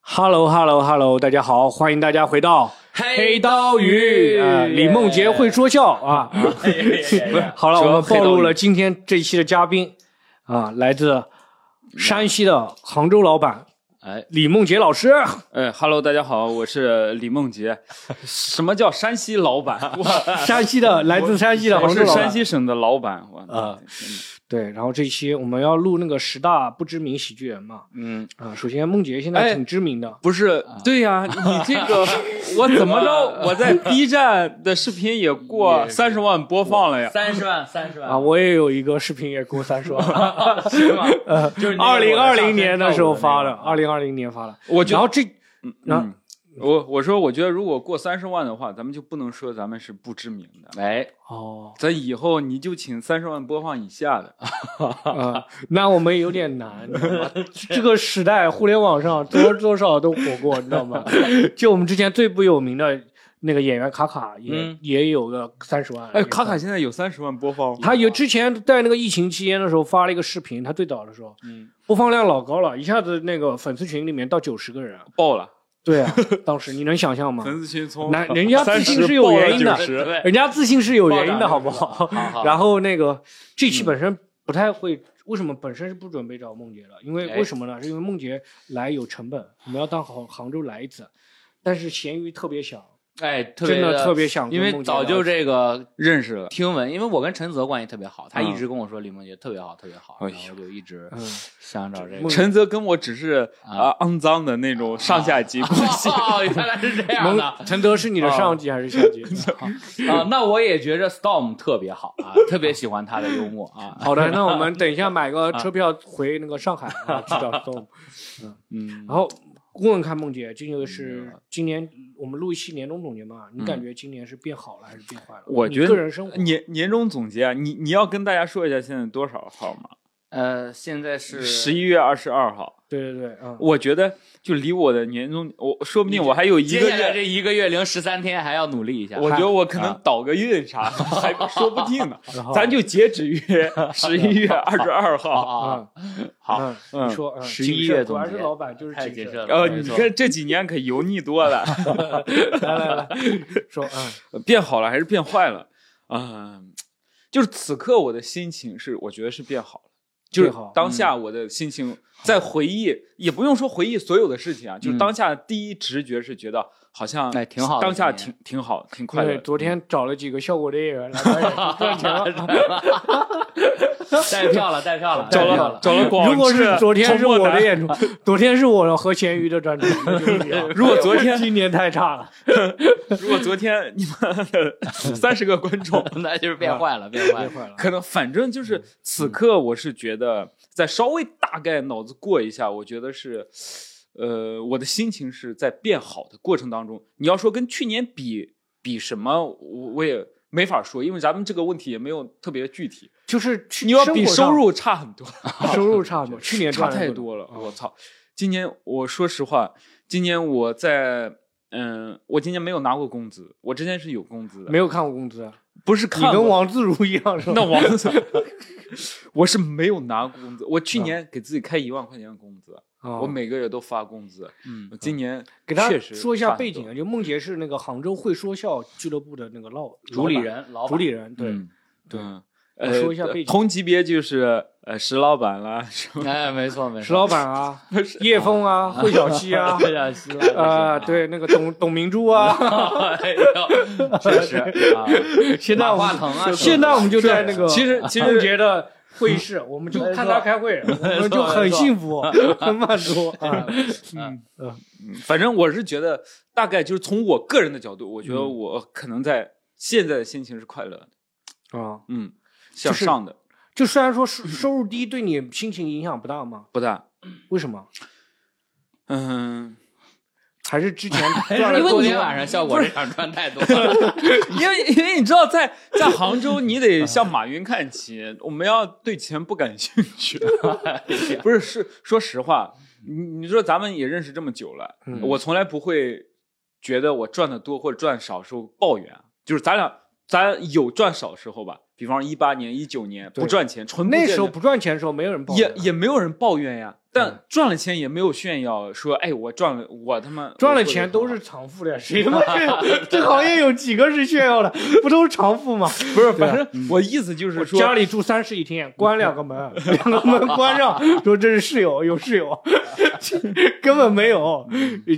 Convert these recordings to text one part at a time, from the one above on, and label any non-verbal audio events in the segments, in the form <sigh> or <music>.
Hello Hello Hello，大家好，欢迎大家回到黑刀鱼啊、李梦洁会说笑啊。哎 <laughs> 好了，说我们黑暴刀露鱼了今天这一期的嘉宾啊、来自山西的杭州老板哎李梦洁老 <laughs> 师。呃，Hello，大家好，我是李梦洁。什么叫山西老板？我山西的，来自山西的我杭州是老山板。西省的老板。我啊，对，然后这一期我们要录那个十大不知名喜剧人嘛。嗯，啊，首先梦洁现在哎挺知名的，不是，啊对呀，你这个我怎么着？我在 B 站的视频也过三十万播放了呀。三十万，三十 <laughs> <laughs> 万啊，我也有一个视频也过 <laughs> 三十万了。是吗？就是二零二零年的的时候发的，二零零二零年发的。我觉然后这嗯，我我说，我觉得如果过三十万的话，咱们就不能说咱们是不知名的。哎，哦，咱以后你就请三十万播放以下的。啊，那我们有点难，你知 <laughs> 道吗？这个时代，互联网上多多少都火过，你知道 <laughs> 吗？就我们之前最不有名的那个演员卡卡也，也、嗯有个三十万。哎，卡卡，现在有三十万播放吗，他有之前在那个疫情期间的时候发了一个视频，他最早的时候嗯播放量老高了，一下子那个粉丝群里面到九十个人。爆了。对啊， <laughs> 当时你能想象吗？粉丝群从那人家自信是有原因的的。人家自信是有原因的，好不好好？好然后那个这期本身不太会，为什么本身是不准备找梦洁的？因为哎为什么呢？是因为梦洁来有成本，我们要到杭杭州来一次。但是咸鱼特别想，哎，特别真的特别，别想跟因梦洁聊，为早就这个认识了，听闻，因为我跟陈泽关系特别好，他嗯一直跟我说李梦洁特别好，特别好，哎然呦后就一直嗯，想找这梦个。陈泽跟我只是啊啊肮脏的那种上下级关系。哦，原来是 <laughs> 这嗯样蒙的啊！陈德是你的上级还是下级？那我也觉着 Storm 特别好啊，特别喜欢他的幽默啊。好的，那我们等一下买个车票回那个上海啊，去找 Storm。嗯，然后问问看梦洁，这个是今年我们录一期年终总结嘛？你感觉今年是变好了还是变坏了？我你觉得个人生活年年终总结啊，你你要跟大家说一下现在多少号吗？呃，现在是十一月二十二号。对对对，嗯，我觉得就离我的年终，我说不定我还有一接个下来啊月，这一个月零十三天，还要努力一下。我觉得我可能倒个运啥的， <laughs> 还说不定呢。然哦后咱就截止于十一月二十二啊号。啊啊！啊，好，嗯嗯你，说11谨慎月果总然是结老板就是太谨谨慎慎了呃，没你错看这几年可油腻多了。来来来，说，嗯，呃变好了还是变坏了？嗯，就是此刻我的心情是，我觉得是变好了。就是变好当下嗯我的心情，在回忆、也不用说回忆所有的事情啊，就是当下第一直觉是觉得好像嗯哎挺好的当下今挺年挺好，挺快乐对，的。昨天找了几个效果的演员来表 <laughs> 演，赚钱了。带啊票了，带票了，找带票了了。找了广如果志是昨天是童我漠的南演出，昨天是我和咸鱼的专场，那就不一 <laughs> 样 <laughs> 哎如果昨天今年太差了，如果昨天你们 <laughs> 三十个观众，那就是变坏了，变坏太了。坏了。可能反正就是嗯此刻，我是觉得再稍微大概脑子过一下，我觉得是，呃，我的心情是在变好的过程当中。你要说跟去年比比什么，我我也没法说，因为咱们这个问题也没有特别具体。就是去你要生比活收 <laughs> 上入差很多，收 <laughs> 入差不多，去年 <laughs> 差赚得太不多了，嗯我操！今年我说实话，今年我在。嗯，我今年没有拿过工资，我之前是有工资的，没有看过工资，啊不是你看跟我王自如一样 <laughs> 是吧？那王总，我是没有拿工资，我去年给自己开一万块钱的工资，啊我每个月都发工资。嗯我今年给大家确实说一下差很背多景，啊，就梦洁是那个杭州会说笑俱乐部的那个老主理，老人，老板板主理人对，嗯对嗯我呃说一下背景同级别就是呃石老板啦，什么哎，没错没错，，石老板啊，叶枫啊，惠小七啊对呀，希腊 <laughs> 呃，，对，那个董董明珠 <laughs> 啊，哎呦确实啊，现在我马化们腾啊，现在我们就在那个其实其梦实洁的会议室，我们就没错看他开会，我们就很幸福，很满足啊。呃嗯嗯反正我是觉得大概就是从我个人的角度，我觉得嗯我可能在现在的心情是快乐的，啊，嗯，向是上的就虽然说收收入低对你心情影响不大嘛，不大，为什么？嗯，还是之前赚了因多为昨年哎天晚上效果这场赚太多了， <laughs> 因为因为你知道在，在杭州，你嗯得向马云看齐。我们要对钱不感兴 <laughs> 趣，不是是说实话，你你说咱们也认识这么久了，嗯我从来不会觉得我赚的多或者赚少时候抱怨，啊就是咱俩咱有赚少时候吧，比方一八年、一九年对不赚钱，纯不那见时候得不赚钱的时候，没有人报嗯也也没有人抱怨呀。但赚了钱也没有炫耀，说哎我赚了，我他妈赚了钱都是偿付的，谁他妈这行业有几个是炫耀的？不都是偿付吗？不是，反正我意思就是啊嗯我说，嗯家里住三室一厅，关两个门，两个门关 <laughs> 上，说这是室友，有室友， <laughs> 根本没有，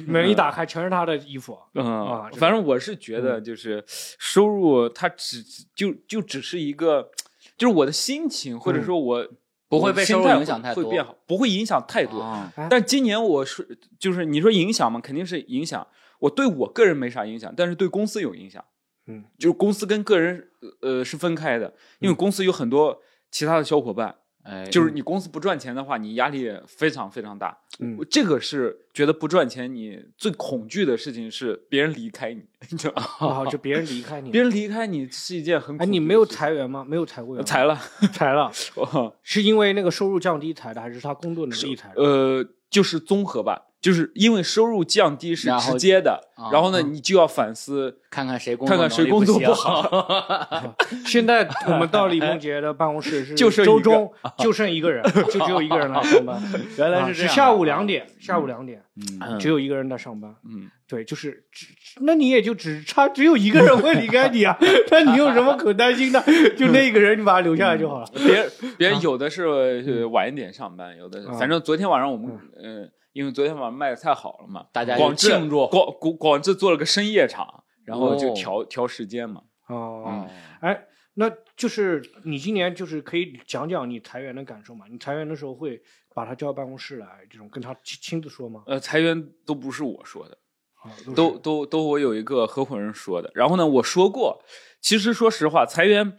门一打开全是他的衣服。嗯啊，这反正我是觉嗯得，就是收入它只就就只是一个，就是我的心情，或者说我嗯不会我的被心收入态影响太会多会变好，不会影响太多。啊但今年我是就是你说影响吗？肯定是影响。我对我个人没啥影响，但是对公司有影响。嗯，就是公司跟个人呃是分开的，嗯因为公司有很多其他的小伙伴，哎，就是你公司不赚钱的话，你压力非常非常大。嗯我，这个是觉得不赚钱，你最恐惧的事情是别人离开你，嗯你知道吗？啊，就别人离开你。嗯别人离开你是一件很哎，恐你惧没有的事裁员吗？没有裁过员吗， <laughs> 裁了，裁 <laughs> 了，哦我是因为那个收入降低裁的，还是他工作能力裁的？呃，就是综合吧，就是因为收入降低是然后直接的，啊然后呢，你就要反思。看看谁工看看谁工作不不好，现在我们到李梦洁的办公室是 <laughs> 就剩一周个中就剩一个人，就只有一个人来上 <laughs> 班。原啊来是这样。下午两点，下午两点嗯只有一个人在上班。嗯，对，就是只只那你也就只差只有一个人会离开你 <laughs> 啊，那你有什么可担心的？就那个人，你把他留下来就好了。别啊人别人有的是嗯呃晚一点上班，有的是啊反正昨天晚上我们嗯，因为昨天晚上卖的太好了嘛，大家广就智庆祝广广广智做了个深夜场，然后就哦调调时间嘛。哦嗯，哎，那就是你今年就是可以讲讲你裁员的感受嘛？你裁员的时候会把他叫到办公室来，这种跟他亲亲自说吗？呃，裁员都不是我说的，啊，都是都都我有一个合伙人说的。然后呢，我说过，其实说实话，裁员，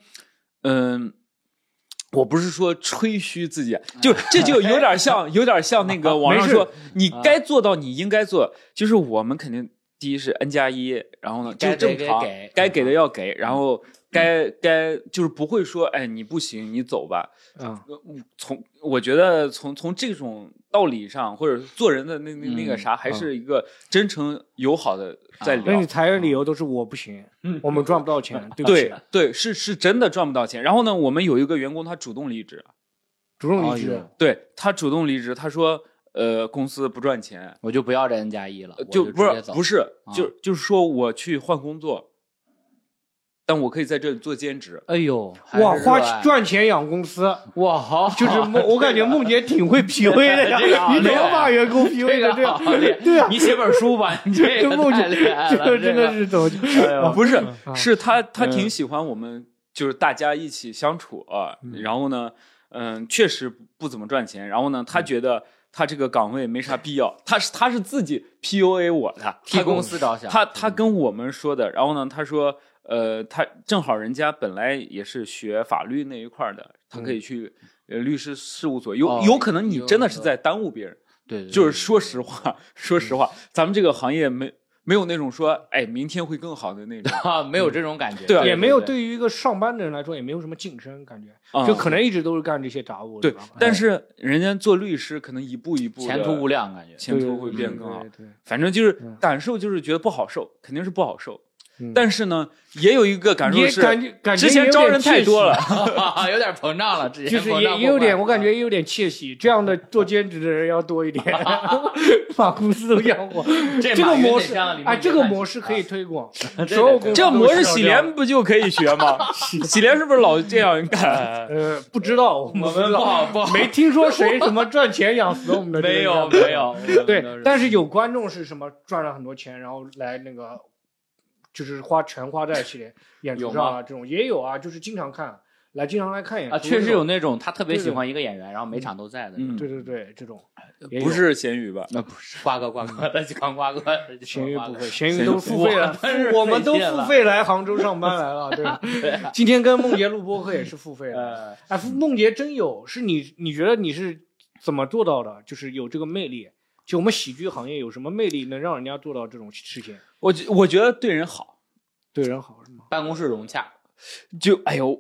嗯、我不是说吹嘘自己，就这就有点像，有点像那个网上没事说，你该做到你应该做，就是我们肯定第一是 N 加一，然后呢就该正给常给给该给的要给，然后该该就是不会说，哎，你不行，你走吧。啊，呃我从我觉得从从这种道理上，或者做人的那那那嗯个啊啥，还是一个真诚友好的在那聊你。裁员理由都是我不行，嗯我们赚不到钱，对不起对，对，是是真的赚不到钱。然后呢，我们有一个员工，他主动离职，主动离职哎呦对他主动离职，他说，呃，公司不赚钱，我就不要这 N 加一了，呃我就不直接是走不是，啊就就是说我去换工作，但我可以在这里做兼职。哎呦，还哇，是花热爱赚钱养公司，哇好，就是梦，我感觉梦姐挺会 PUA 的呀，这个好你怎么把员工 PUA 这的个这样好？哎厉对啊 <laughs> 害，，你写本书吧，你这这个梦太姐厉害这了，个真的是怎么就？哎 <laughs> <laughs> 不是，啊是他他挺嗯喜欢我们，就是大家一起相处啊。然后呢，嗯，确实不怎么赚钱。然后呢，嗯他觉得他这个岗位没啥必要，他是他是自己 PUA 我的，替他跟公司嗯着想，他他跟我们说的。然后呢，他说，呃，他正好人家本来也是学法律那一块儿的，他可以去。呃，律师事务所有、嗯哦有可能你有真的是有在耽误别人，对对，对嗯就是说实话，说实话，咱们这个行业没没有那种说，哎，明天会更好的那种。啊， <laughs> 没有这种感觉，对啊也没有对嗯对于一个上班的人来说，也没有什么晋升感觉，啊就可哎能一直都是干这些杂物。对吧，但是人家做律师可能一步一步地前途无 <laughs> 量感觉，前途会变更好啊对。对对反正就是嗯感受，就是觉得不好受，肯定是不好受。嗯但是呢，也有一个感受也是，感觉感觉之前有招点人窃太喜多了，有点膨胀了，之前就是膨也胀也有点，过我感觉也有点窃喜，这样的做兼职的人要多一点，把公司都养活。这这个马云模得式，像李梦洁哎，这个那样模式可以推广，对对所有对公司这模式都是喜这样莲不就可以学 <laughs> 吗？喜莲是不是老这样 <laughs> 干？呃，不知道，我我们们不好不好，没听说谁什么赚钱养死我们的，没有没。有，我们都对是，但是有观众是什么赚了很多钱，然后来那个就是花全花在系列演出上啊，这种也有啊，就是经常看，来经常来看演出啊，这种，确实有那种他特别喜欢一个演员，然后每场都在的，嗯，对对对，这种也有不是咸鱼吧？那不是瓜哥瓜哥，他去看瓜哥，嗯咸鱼不会，会，咸鱼都付费 <laughs> 了我们是，我们都费劲了啊付费来杭州上班来了，对 <laughs> 吧？今天跟梦洁录播客也是付费的，呃，哎，梦洁真有，是你你觉得你是怎么做到的？就是有这个魅力，就我们喜剧行业有什么魅力能让人家做到这种事情？我觉我觉得对人好，对人好是吗？办公室融洽，就哎呦，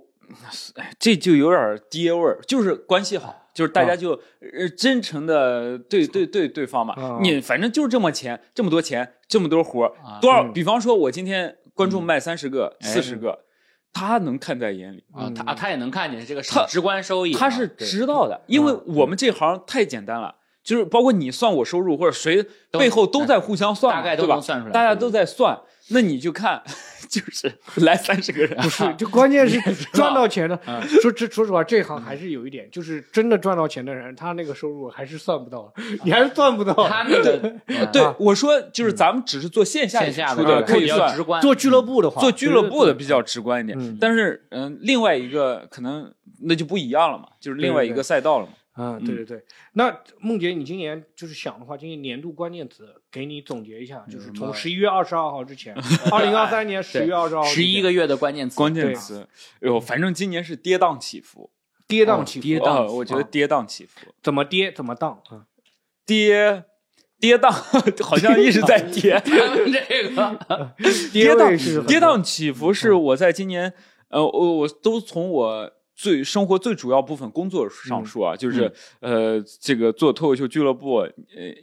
哎这就有点爹味儿，就是关系好，就是大啊家就呃真诚的对对对对方啊嘛。你反正就是这么钱，这么多钱，这么多活儿啊，多少？嗯比方说，我今天观众卖三十个、哎四十个，他能看在眼里，啊嗯，他啊，他也能看见这个是他直观收益啊，他是对知道的，因为我们这行太简单了。就是包括你算我收入或者谁都嗯背后都在互相算嘛，大概都对吧能算出来大家都在算，那你就看， <laughs> 就是来三十个 <laughs> 人，不是， <laughs> 就关键是赚到钱的嗯。说这说实话，这行还是有一点，就是真的赚到钱的人，他那个收入还是算不到，你还是算不到。他那个啊对 <laughs> 啊，我说就是咱们只是做线下嗯线下演出的的对可比以较算直，观，做俱乐部的话，做俱乐部的比较直观一嗯点。但是嗯、另外一个可能那就不一样了嘛，就是另外一对对个赛道了嘛。嗯，对对对。那梦洁，你今年就是想的话，今年年度关键词给你总结一下，就是从十一月二十二号之前，二零二三年十月二十二号之前，十一个月的关键词，关键对词，哎呦，反正今年是跌宕起伏，跌宕起伏，跌宕哦起伏。我觉得啊跌宕起伏，怎么跌怎么荡啊？跌跌宕， <laughs> 好像一直在跌 <laughs> 他们这 <laughs> 个跌宕位是很跌宕起伏是我在今年，呃，我我都从我最生活最主要部分工作上说啊，就是呃，这个做脱口秀俱乐部，呃，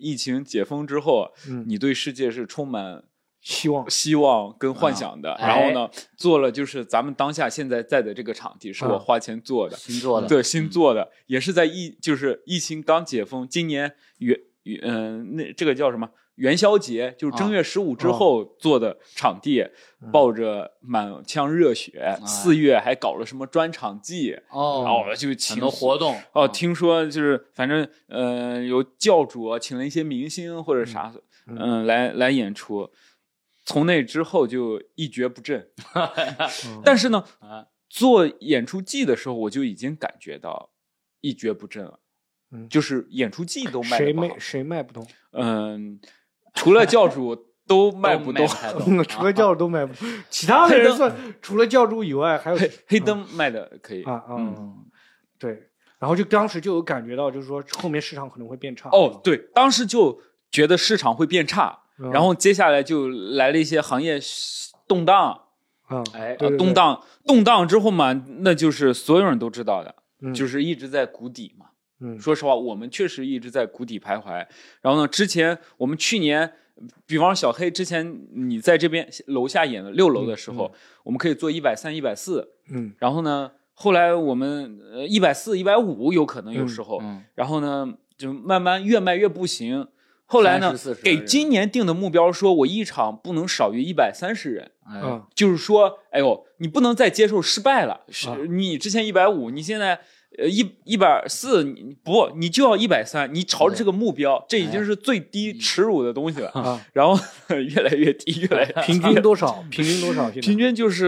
疫情解封之后，嗯你对世界是充满希望，希望跟幻想的。哎然后呢，做了就是咱们当下现在在的这个场地，是我嗯花钱做的，星座的，嗯对，新做的，也是在疫就是疫情刚解封，今年元元嗯、那这个叫什么元宵节，就是正啊嗯月十五之后做的场地，抱着满腔热血，四月还搞了什么专场季，然后哎哦，我就很请多活啊动哦，听说就是反正呃有教主啊请了一些明星或者啥，嗯、来来演出，从那之后就一蹶不振。嗯但是呢啊，做演出季的时候我就已经感觉到一蹶不振了，嗯就是演出季都卖谁的不好卖，谁卖 <laughs> 不动， <laughs> 嗯、除了教主都卖不动都。 <laughs> 太懂除了教主都卖不动，其他的人算除了教主以外还有黑黑灯卖的可以嗯啊啊嗯，对，然后就当时就有感觉到，就是说后面市场可能会变差。啊哦，对，当时就觉得市场会变差，嗯，然后接下来就来了一些行业动荡，啊，哎对呃动荡动荡之后嘛，那就是所有人都知道的，嗯就是一直在谷底嘛。嗯说实话，我们确实一直在谷底徘徊。然后呢，之前我们去年，比方说小黑之前你在这边楼下演的六楼的时候，嗯我们可以做一百三、一百四。嗯然后呢，后来我们呃一百四、一百五有可能有时候，嗯然后呢，就慢慢越卖越不行。后来呢30 40，给今年定的目标说，我一场不能少于一百三十人，哎啊就是说，哎呦，你不能再接受失败了。是啊你之前一百五，你现在呃一一百四，你不，你就要一百三，你朝着这个目标，这已经是最低耻辱的东西了。啊，然后 <laughs> 越来越低，越来越低平均多少？平均多少？现在 <laughs> 平均就是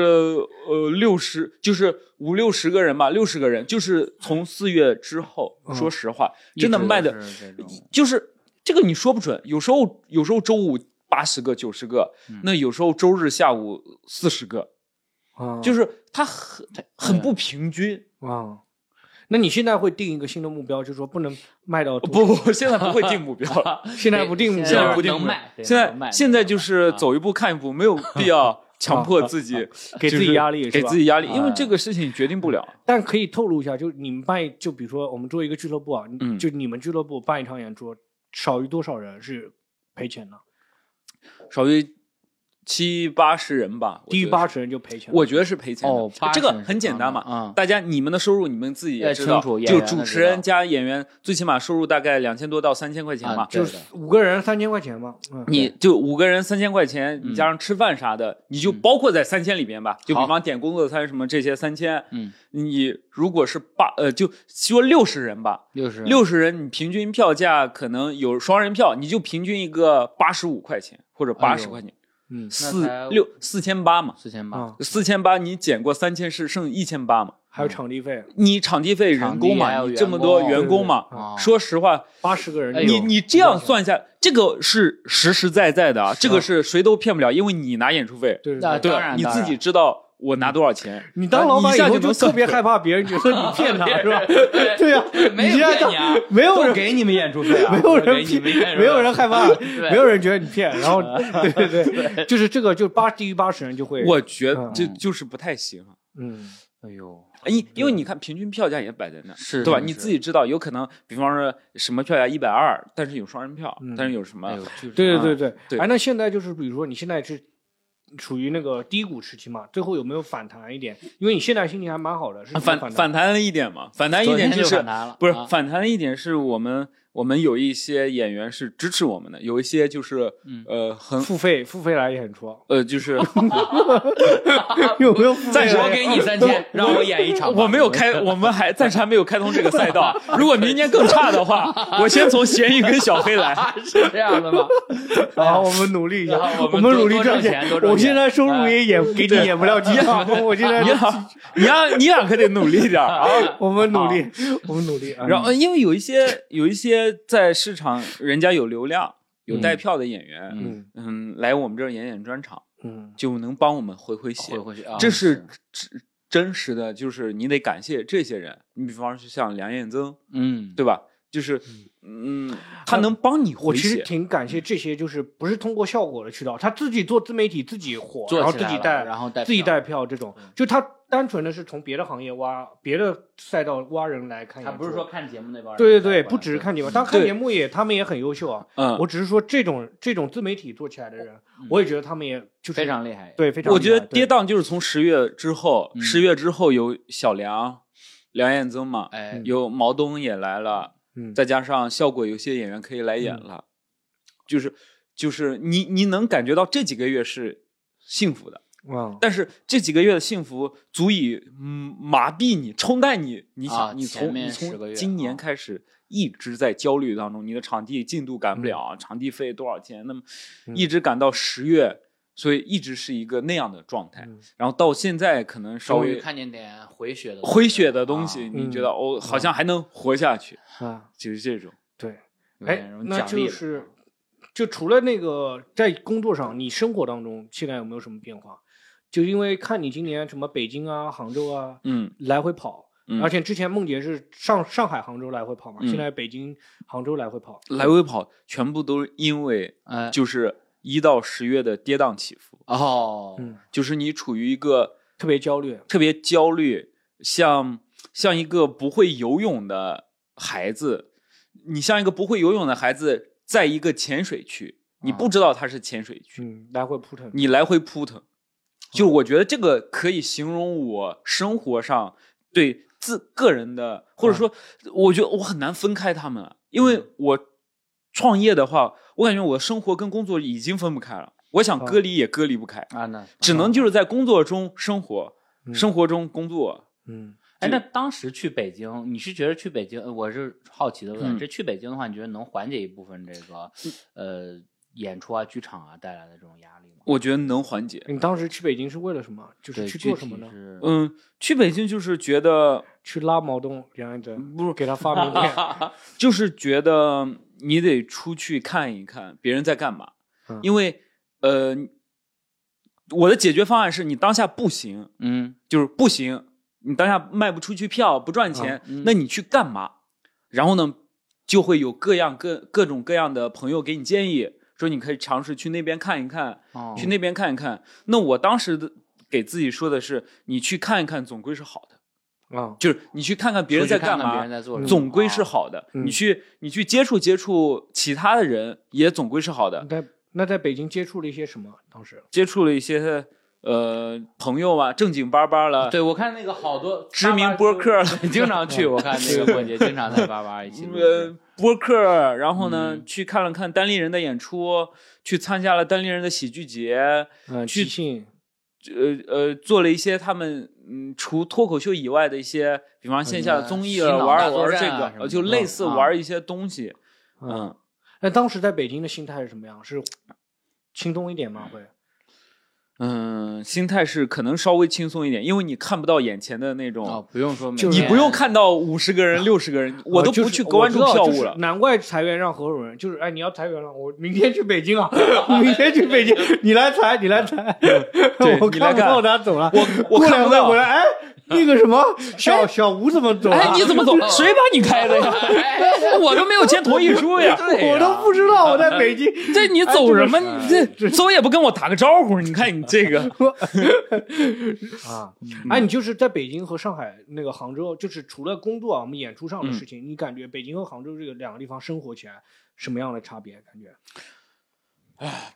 呃六十，就是五六十个人吧，六十个人，就是从四月之后，嗯说实话，真的一直都卖的是这种就是这个你说不准，有时候有时候周五八十个九十个，嗯那有时候周日下午四十个，啊，就是是它很它很不平均。啊。那你现在会定一个新的目标，就是说不能卖到多不，我现在不会定目 <laughs> 标了，现在不定目现现标在在不了，定目能标卖，对现能卖在现在就能是卖走一步看一步，没有必要强迫自己，给自就己是压力给是吧自己压力，因为哎这个事情决定不了。但可以透露一下，就是你们办一，就比如说我们作为一个俱乐部啊，嗯就你们俱乐部办一场演出，少于多少人是赔钱的？少于七八十人吧，我低于觉得八是，十人就赔钱了。我觉得是赔钱的。哦80这个很简单嘛，是这样的嗯大家你们的收入你们自己也也知道，清楚演就员的主持知人道加演员，最起码收入大概两千多到三千块钱嘛啊。就是五个人三千块钱嘛。嗯，你就五个人三千块钱，你加上吃饭啥的，你就包括在三千里边吧。就嗯比好方点工作餐什么这些三千，嗯，你如果是八呃，就说六十人吧，六十六十人你平均票价可能有双人票，你就平均一个八十五块钱或者八十块钱，嗯四哎那才六四千八嘛。四千八，啊，四千八，你减过三千是剩一千八嘛？还有场地费，你场地费、人工场地还嘛，有你这么多员工员工嘛，哦说实话，八十个人，哎呦你你这样算一下，这个是实实在在的啊，这个是谁都骗不了，因为你拿演出费，对对那对，对当吧？然你当自然己知道我拿多少钱，啊你当老板以你一下后就就能特算别害怕别人觉得你骗他是 <laughs> 吧？对呀，啊你没有现在骗当你啊，没有都人给你们演出费 <laughs> 啊，没有都人给你骗们演出费，啊没有人害怕，对没有人觉得你骗，然后对对对，就是这个，就八低于八十人就会，我觉得嗯就就是不太行啊。嗯，哎呦，因因为你看平均票价也摆在那儿，是对吧？是你是自己知道，有可能，比方说什么票价一百二，但是有双人票，嗯但是有什么、哎呦，就是对啊对对对哎，那现在就是比如说你现在是处于那个低谷时期嘛，最后有没有反弹一点？因为你现在心情还蛮好的，是有没有啊反反弹哎反弹了一点嘛？反弹一昨点天就是反弹了，不是、啊反弹了一点是我们我们有一些演员是支持我们的，有一些就是嗯呃很付费付费来演啊出，呃就是 <laughs> 有没有付费暂来时演我给你三千，让我演一场吧。 <laughs> 我没有开，我们还暂时还没有开通这个赛道。啊如果明年更差的话，我先从咸鱼跟小黑来。啊，是这样的吗？好，我们努力一下 <laughs> 然后，我们们多努力多赚挣钱多挣我现钱在收入哎也演给你演不了几啊场，我现在你俩，你俩，你俩可得努力点儿啊！我们努力，我们努力。嗯然后，因为有一些有一些在市场人家有流量、有带票的演员，嗯嗯来我们这儿演演专场，嗯，就能帮我们回回血回。回去啊，这是真真实的，就是你得感谢这些人。你比方说像梁彦增，嗯，对吧？就是嗯，他能帮你我回其实血。挺感谢这些，就是不是通过效果的渠道，他自己做自媒体，自己火，做然后起自来己了带，然后带自己票带票这嗯种，就他单纯的是从别的行业挖、别的赛道挖人来看演他出。不是说看节目那帮人，对对对，不只是看节目，嗯当然看对节目也他们也很优秀啊。嗯，我只是说这种这种自媒体做起来的人，我也觉得他们也就是嗯非常厉害。对非常厉我害。觉得对跌宕就是从十月之后，嗯十、月之后有小梁、梁彦增嘛，哎，有毛东也来了，嗯再加上效果有些演员可以来演了，就是就是你你能感觉到这几个月是幸福的，嗯但是这几个月的幸福足以嗯麻痹你、冲淡你，你想、啊你前从面你10个从月今年啊开始一直在焦虑当中，你的场地进度赶不了，啊嗯场地费多少钱，那么嗯一直赶到十月，所以一直是一个那样的状态。嗯然后到现在可能稍终于微看见点回血的东西回血的东西，啊你觉得哦，好像还能活下去，啊，就是这种。对，啊有哎点种，那奖励就了是就除了那个在工作上，你生活当中现在有没有什么变化？就因为看你今年什么北京啊、杭州啊嗯来回跑，嗯，而且之前梦姐是上上海、杭州来回跑嘛，嗯现在北京、杭州来回跑。来回跑全部都是因为哎就是一到十月的跌宕起伏，哦，嗯，就是你处于一个特别焦虑，特别焦虑，像像一个不会游泳的孩子，你像一个不会游泳的孩子，在一个浅水区，你啊不知道它是浅水区，嗯，来回扑腾，你来回扑腾。就我觉得这个可以形容我生活上对自个人的，或者说，我觉得我很难分开他们了，因为我创业的话，我感觉我生活跟工作已经分不开了，我想啊隔离也隔离不开，啊那只能就是在工作中生活，嗯生活中工作。嗯，哎，那当时去北京，你是觉得去北京？呃我是好奇的问，嗯这去北京的话，你觉得能缓解一部分这个嗯呃演出啊、剧场啊带来的这种压力吗？我觉得能缓解。你当时去北京是为了什么？就是对，去具做什体么呢？是嗯，去北京就是觉得，去拉毛东梁彦泽，嗯不是给他发名 <laughs> 片，就是觉得你得出去看一看别人在干嘛，嗯因为呃，我的解决方案是你当下不行，嗯就是不行，你当下卖不出去票，不赚钱，嗯嗯那你去干嘛？然后呢，就会有各样各各种各样的朋友给你建议，说你可以尝试去那边看一看，哦去那边看一看。那我当时的给自己说的是，你去看一看，总归是好的，啊，就是你去看看别人出去在看干看嘛，别人在做什么，总归是哦好的。嗯你去你去接触接触其他的人，也总归是好嗯的。在那在北京接触了一些什么？当时接触了一些呃朋友啊，正经八八了，呃对，我看那个好多 <laughs> 知名播客了，你 <laughs> 经常去，我看那个过节经常在八八一起录制。呃播客，然后呢、嗯去看了看单立人的演出，去参加了单立人的喜剧节，嗯，去即兴，呃呃做了一些他们嗯除脱口秀以外的一些，比方线下的综艺嗯洗了，脑玩大儿作玩儿战这啊个什，么呃的就类似嗯玩儿一些东西，嗯。那当时在北京的心态是什么样？是轻松一点吗？会，嗯，心态是可能稍微轻松一点，因为你看不到眼前的那种，哦，不用说每天，就是嗯你不用看到五十个人、六十个人，我都哦就不是去关注我知道票就务是了。难怪裁员让合伙人，就是哎，你要裁员了，我明天去北京啊， <laughs> 我明天去北京，你来裁，你来裁，<laughs> 对我你看来不干到他走了，我过看两不天到回来，哎，那个什 <laughs> 么小小吴怎么走了？哎哎， <laughs> 你怎么走？谁把你 <laughs> 开的呀？我都没有签同意书呀！哎对我都呀不知道我在 <laughs> 北京，这你走什么？你这这走也不跟我打个招呼？你看你这 <laughs> 个，啊， <laughs> 哎，你就是在北京和上海、那个杭州，就是除了工作啊，我们演出嗯上的事情，你感觉北京和杭州这个两个地方生活起来什么样的差别？感嗯觉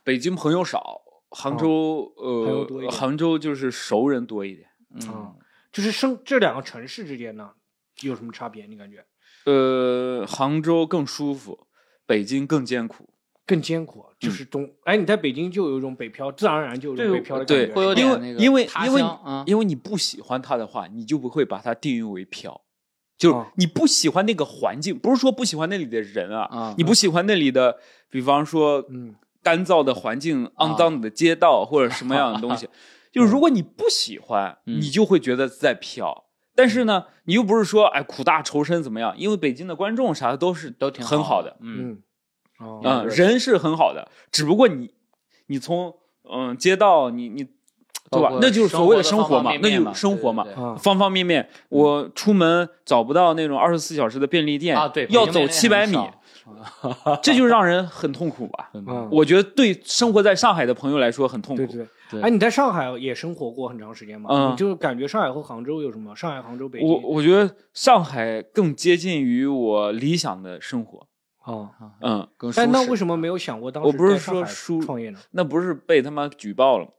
北京朋友少，杭州哦朋友多一点呃，杭州就是熟人嗯多一点。嗯啊、就是生这两个城市之间呢，有什么差别？你感觉？呃，杭州更舒服，北京更艰苦。更艰苦，就是中、哎，你在北京就有一种北漂，自然而然就有一种北漂的感觉。对会有因为点那个因为他因为乡啊因为你不喜欢它的话，你就不会把它定义为漂，就是啊你不喜欢那个环境，不是说不喜欢那里的人啊，啊你不喜欢那里的，比方说嗯，干燥的环境、啊肮脏的街道或者什么样的东西，就是如果你不喜欢，嗯你就会觉得在漂。但是呢，你又不是说哎苦大仇深怎么样？因为北京的观众啥的都是都挺很好好的，嗯，嗯，哦嗯，人是很好的，只不过你你从嗯街道你你对包吧括？那就是所谓的生生活活的嘛方方面，那面就是生活嘛对，对对嗯啊，方方面面。我出门找不到那种二十四小时的便利店啊，对，要北京走那边七百很米少，这就让人很痛苦吧？很嗯 <laughs> 我觉得对生活在上海的朋友来说很痛对苦。对对哎，你在上海也生活过很长时间吗？嗯你就是感觉上海和杭州有什么？上海、杭州、北京我我觉得上海更接近于我理想的生活。啊。嗯，更舒但那适 <laughs> 为什么没有想过当时我不是在上海说舒创业呢？那不是被他妈举报了吗？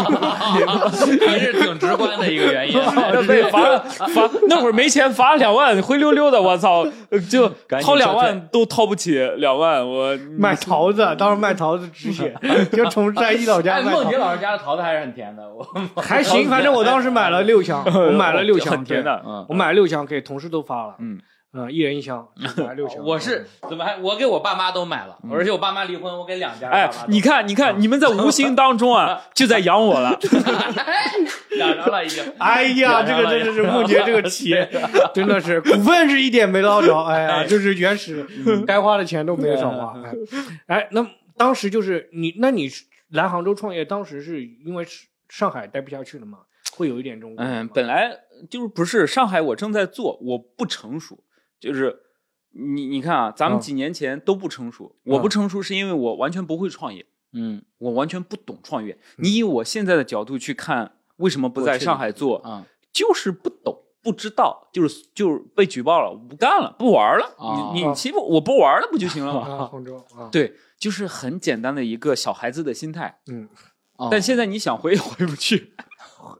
还啊是挺直观的一个原因。啊那被罚了罚，那会儿没钱罚两万，灰溜溜的，我操，呃就赶紧掏两撤万都掏不起，两万我嗯卖桃子，当时卖桃子止 <laughs> 血，就从在一老家哎，卖梦桃洁子，老师家的桃子还是很甜的，我还行，反正我当时买了六 <laughs> 箱，我买了六箱，很甜的，嗯，我买了六箱，给同事都发了，嗯嗯，一人一箱，买了六箱。我是怎么还我给我爸妈都买了，而且我爸妈离婚，我给两家哎爸妈，都你看，你看，你们在无形当中啊，就在养我了。两张了 <laughs> 已 <laughs> 经。哎呀，这个真的是梦洁这个企业，真的 <laughs> 是啊股份是一点没捞着，哎呀，就是原始，嗯该花的钱都没有少花。哎，哎那当时就是你，那你来杭州创业，当时是因为上海待不下去了吗？会有一点这种感觉吗啊嗯，本来就是不是上海，我正在做，我不成熟，就是你你看啊，咱嗯们几年前都不成熟，我不成熟是因为我完全不会创业，嗯我完全不懂创业。你以我现在的角度去看，为什么不在上海做，啊就是不懂。不知道，就是就是被举报了，我不干了，不玩了。啊你你欺负我不玩了不就行了吗？啊，杭州啊，对，就是很简单的一个小孩子的心态。嗯，但现在你想回也回不 <laughs> 去。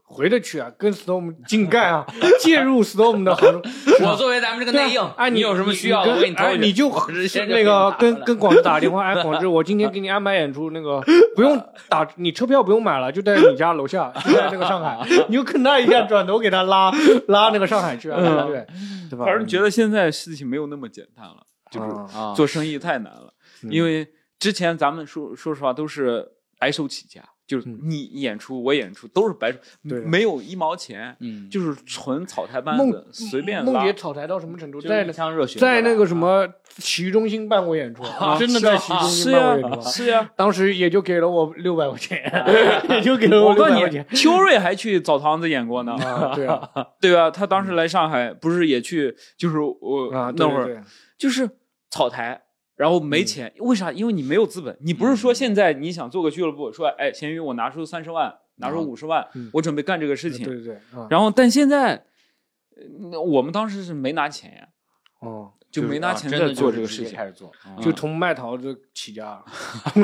回得去啊，跟 Storm 竞干啊， <laughs> 介入 Storm 的杭州。我作为咱们这个内应，哎，你有什么需要，我给你你跟哎掏你 <laughs> 就直接就那个给你跟打了跟广志打电话，哎，广志，我今天给你安排演出，那 <laughs> 个不用打，你车票不用买了，就在你家楼下，就在那个 <laughs> 上海，你就跟他一下，转头给他拉拉那个上海去啊，嗯对对吧？反正觉得现在事情没有那么简单了，就是嗯啊做生意太难了，嗯因为之前咱们说说实话都是白手起家，就是嗯你演出我演出都是白手，对啊的没有一毛钱，嗯，就是纯草台班梦子随便梦拉姐。草台到什么程度？就在一腔热血，在那个什么洗浴中心办过演出，真的在洗浴中啊是啊心办呀过演，出。是 <laughs> 呀。当时也就给了我六百块 <laughs> 钱， <laughs> 也就给了我六告百诉块你钱，。秋瑞还去澡堂子演过呢，啊，对 <laughs> 啊，对吧？他嗯当时来上海，不是也去，就是我、啊，对那会儿对对就是草台，然后嗯没钱，为啥？因为你没有资本，你不是说现在你想做个俱乐部，说哎，闲鱼我拿出三十万，拿啊出五十万，嗯我准备干这个呃事对情，对对，啊，然后但现在，呃我们当时是没拿钱呀，哦，就没拿钱啊真的在就啊做是这个直事接情。开始做，嗯就从卖桃子起家，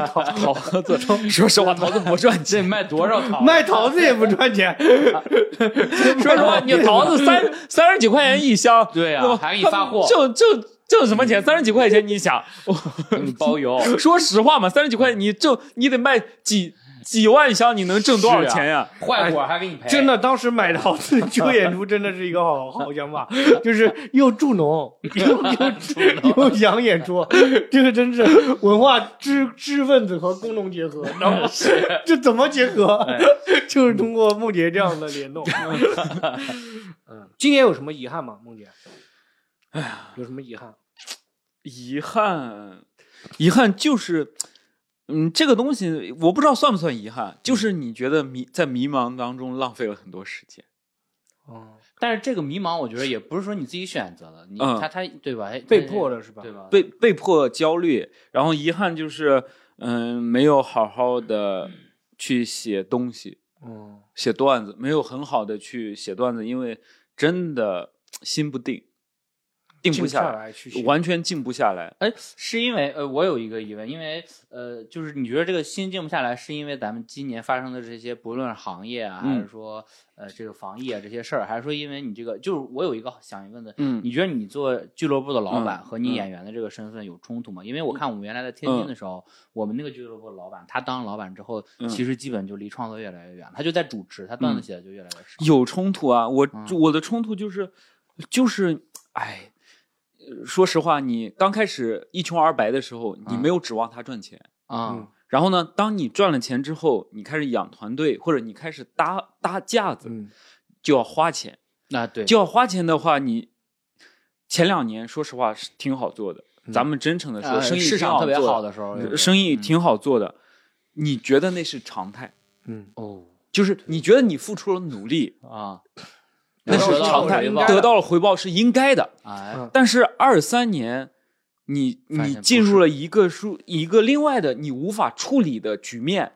桃子，说 <laughs> 实话，桃子不赚这钱。卖多少桃？ <laughs> 卖桃子也不赚 <laughs> 钱，说实话，你桃子三三十几块钱一箱，对那啊，么还给你发货，就就就什么钱？三十几块钱，你想，给你包邮， <laughs> 说实话嘛，三十几块钱你挣，你得卖几几万箱，你能挣多少是啊钱呀？坏果还给你赔，真的，当时买桃子就演出真的是一个好好想法，就是又助农 <laughs> 又又又想演 <laughs> 出，这个真是文化知知识分子和工农结合，你知道 <laughs> 吗？这怎么结合？就是通过梦洁这样的联 <laughs> 动。嗯，今年有什么遗憾吗？梦洁，哎呀，有什么遗憾？遗憾，遗憾就是，嗯，这个东西我不知道算不算遗憾，就是你觉得迷在迷茫当中浪费了很多时间。哦，但是这个迷茫，我觉得也不是说你自己选择的，你嗯他他对吧？被迫的，的是吧？对吧？被被迫焦虑，然后遗憾就是，嗯，没有好好的去写东西，嗯，写段子，没有很好的去写段子，因为真的心不定，定静不不下来，来去写完全静不下来。哎，是因为呃，我有一个疑问，因为呃，就是你觉得这个心静不下来，是因为咱们今年发生的这些，不论是行业啊，还是嗯说呃这个防疫啊这些事儿，还是说因为你这个，就是我有一个想问的，嗯你觉得你做俱乐部的老板嗯和你嗯演员的这个身份有冲突吗？因为我看我们原来在天津的时候，我们那个俱乐部的老板，他当老板之后，嗯其实基本就离创作越来越远，他就在主持，他段子写的就越来越少。有冲突啊，我、嗯我的冲突就是，就是，哎，呃说实话，你刚开始一穷二白的时候，你嗯没有指望他赚钱。嗯啊，然后呢，当你赚了钱之后，你开始养团队，或者你开始搭搭架子，嗯，就要花钱。那对，就要花钱的话，你前两年说实话是挺好做的，嗯咱们真诚的说，呃生意市场特挺别做好的时候，嗯对不对生意挺好做的。你觉得那是常态？嗯，哦就是你觉得你付出了努力，啊，那是得到常了态，回报得到了回报是应该的。哎嗯但是二三年，你发现你不进是入了一个数一个另外的你无法处理的局面。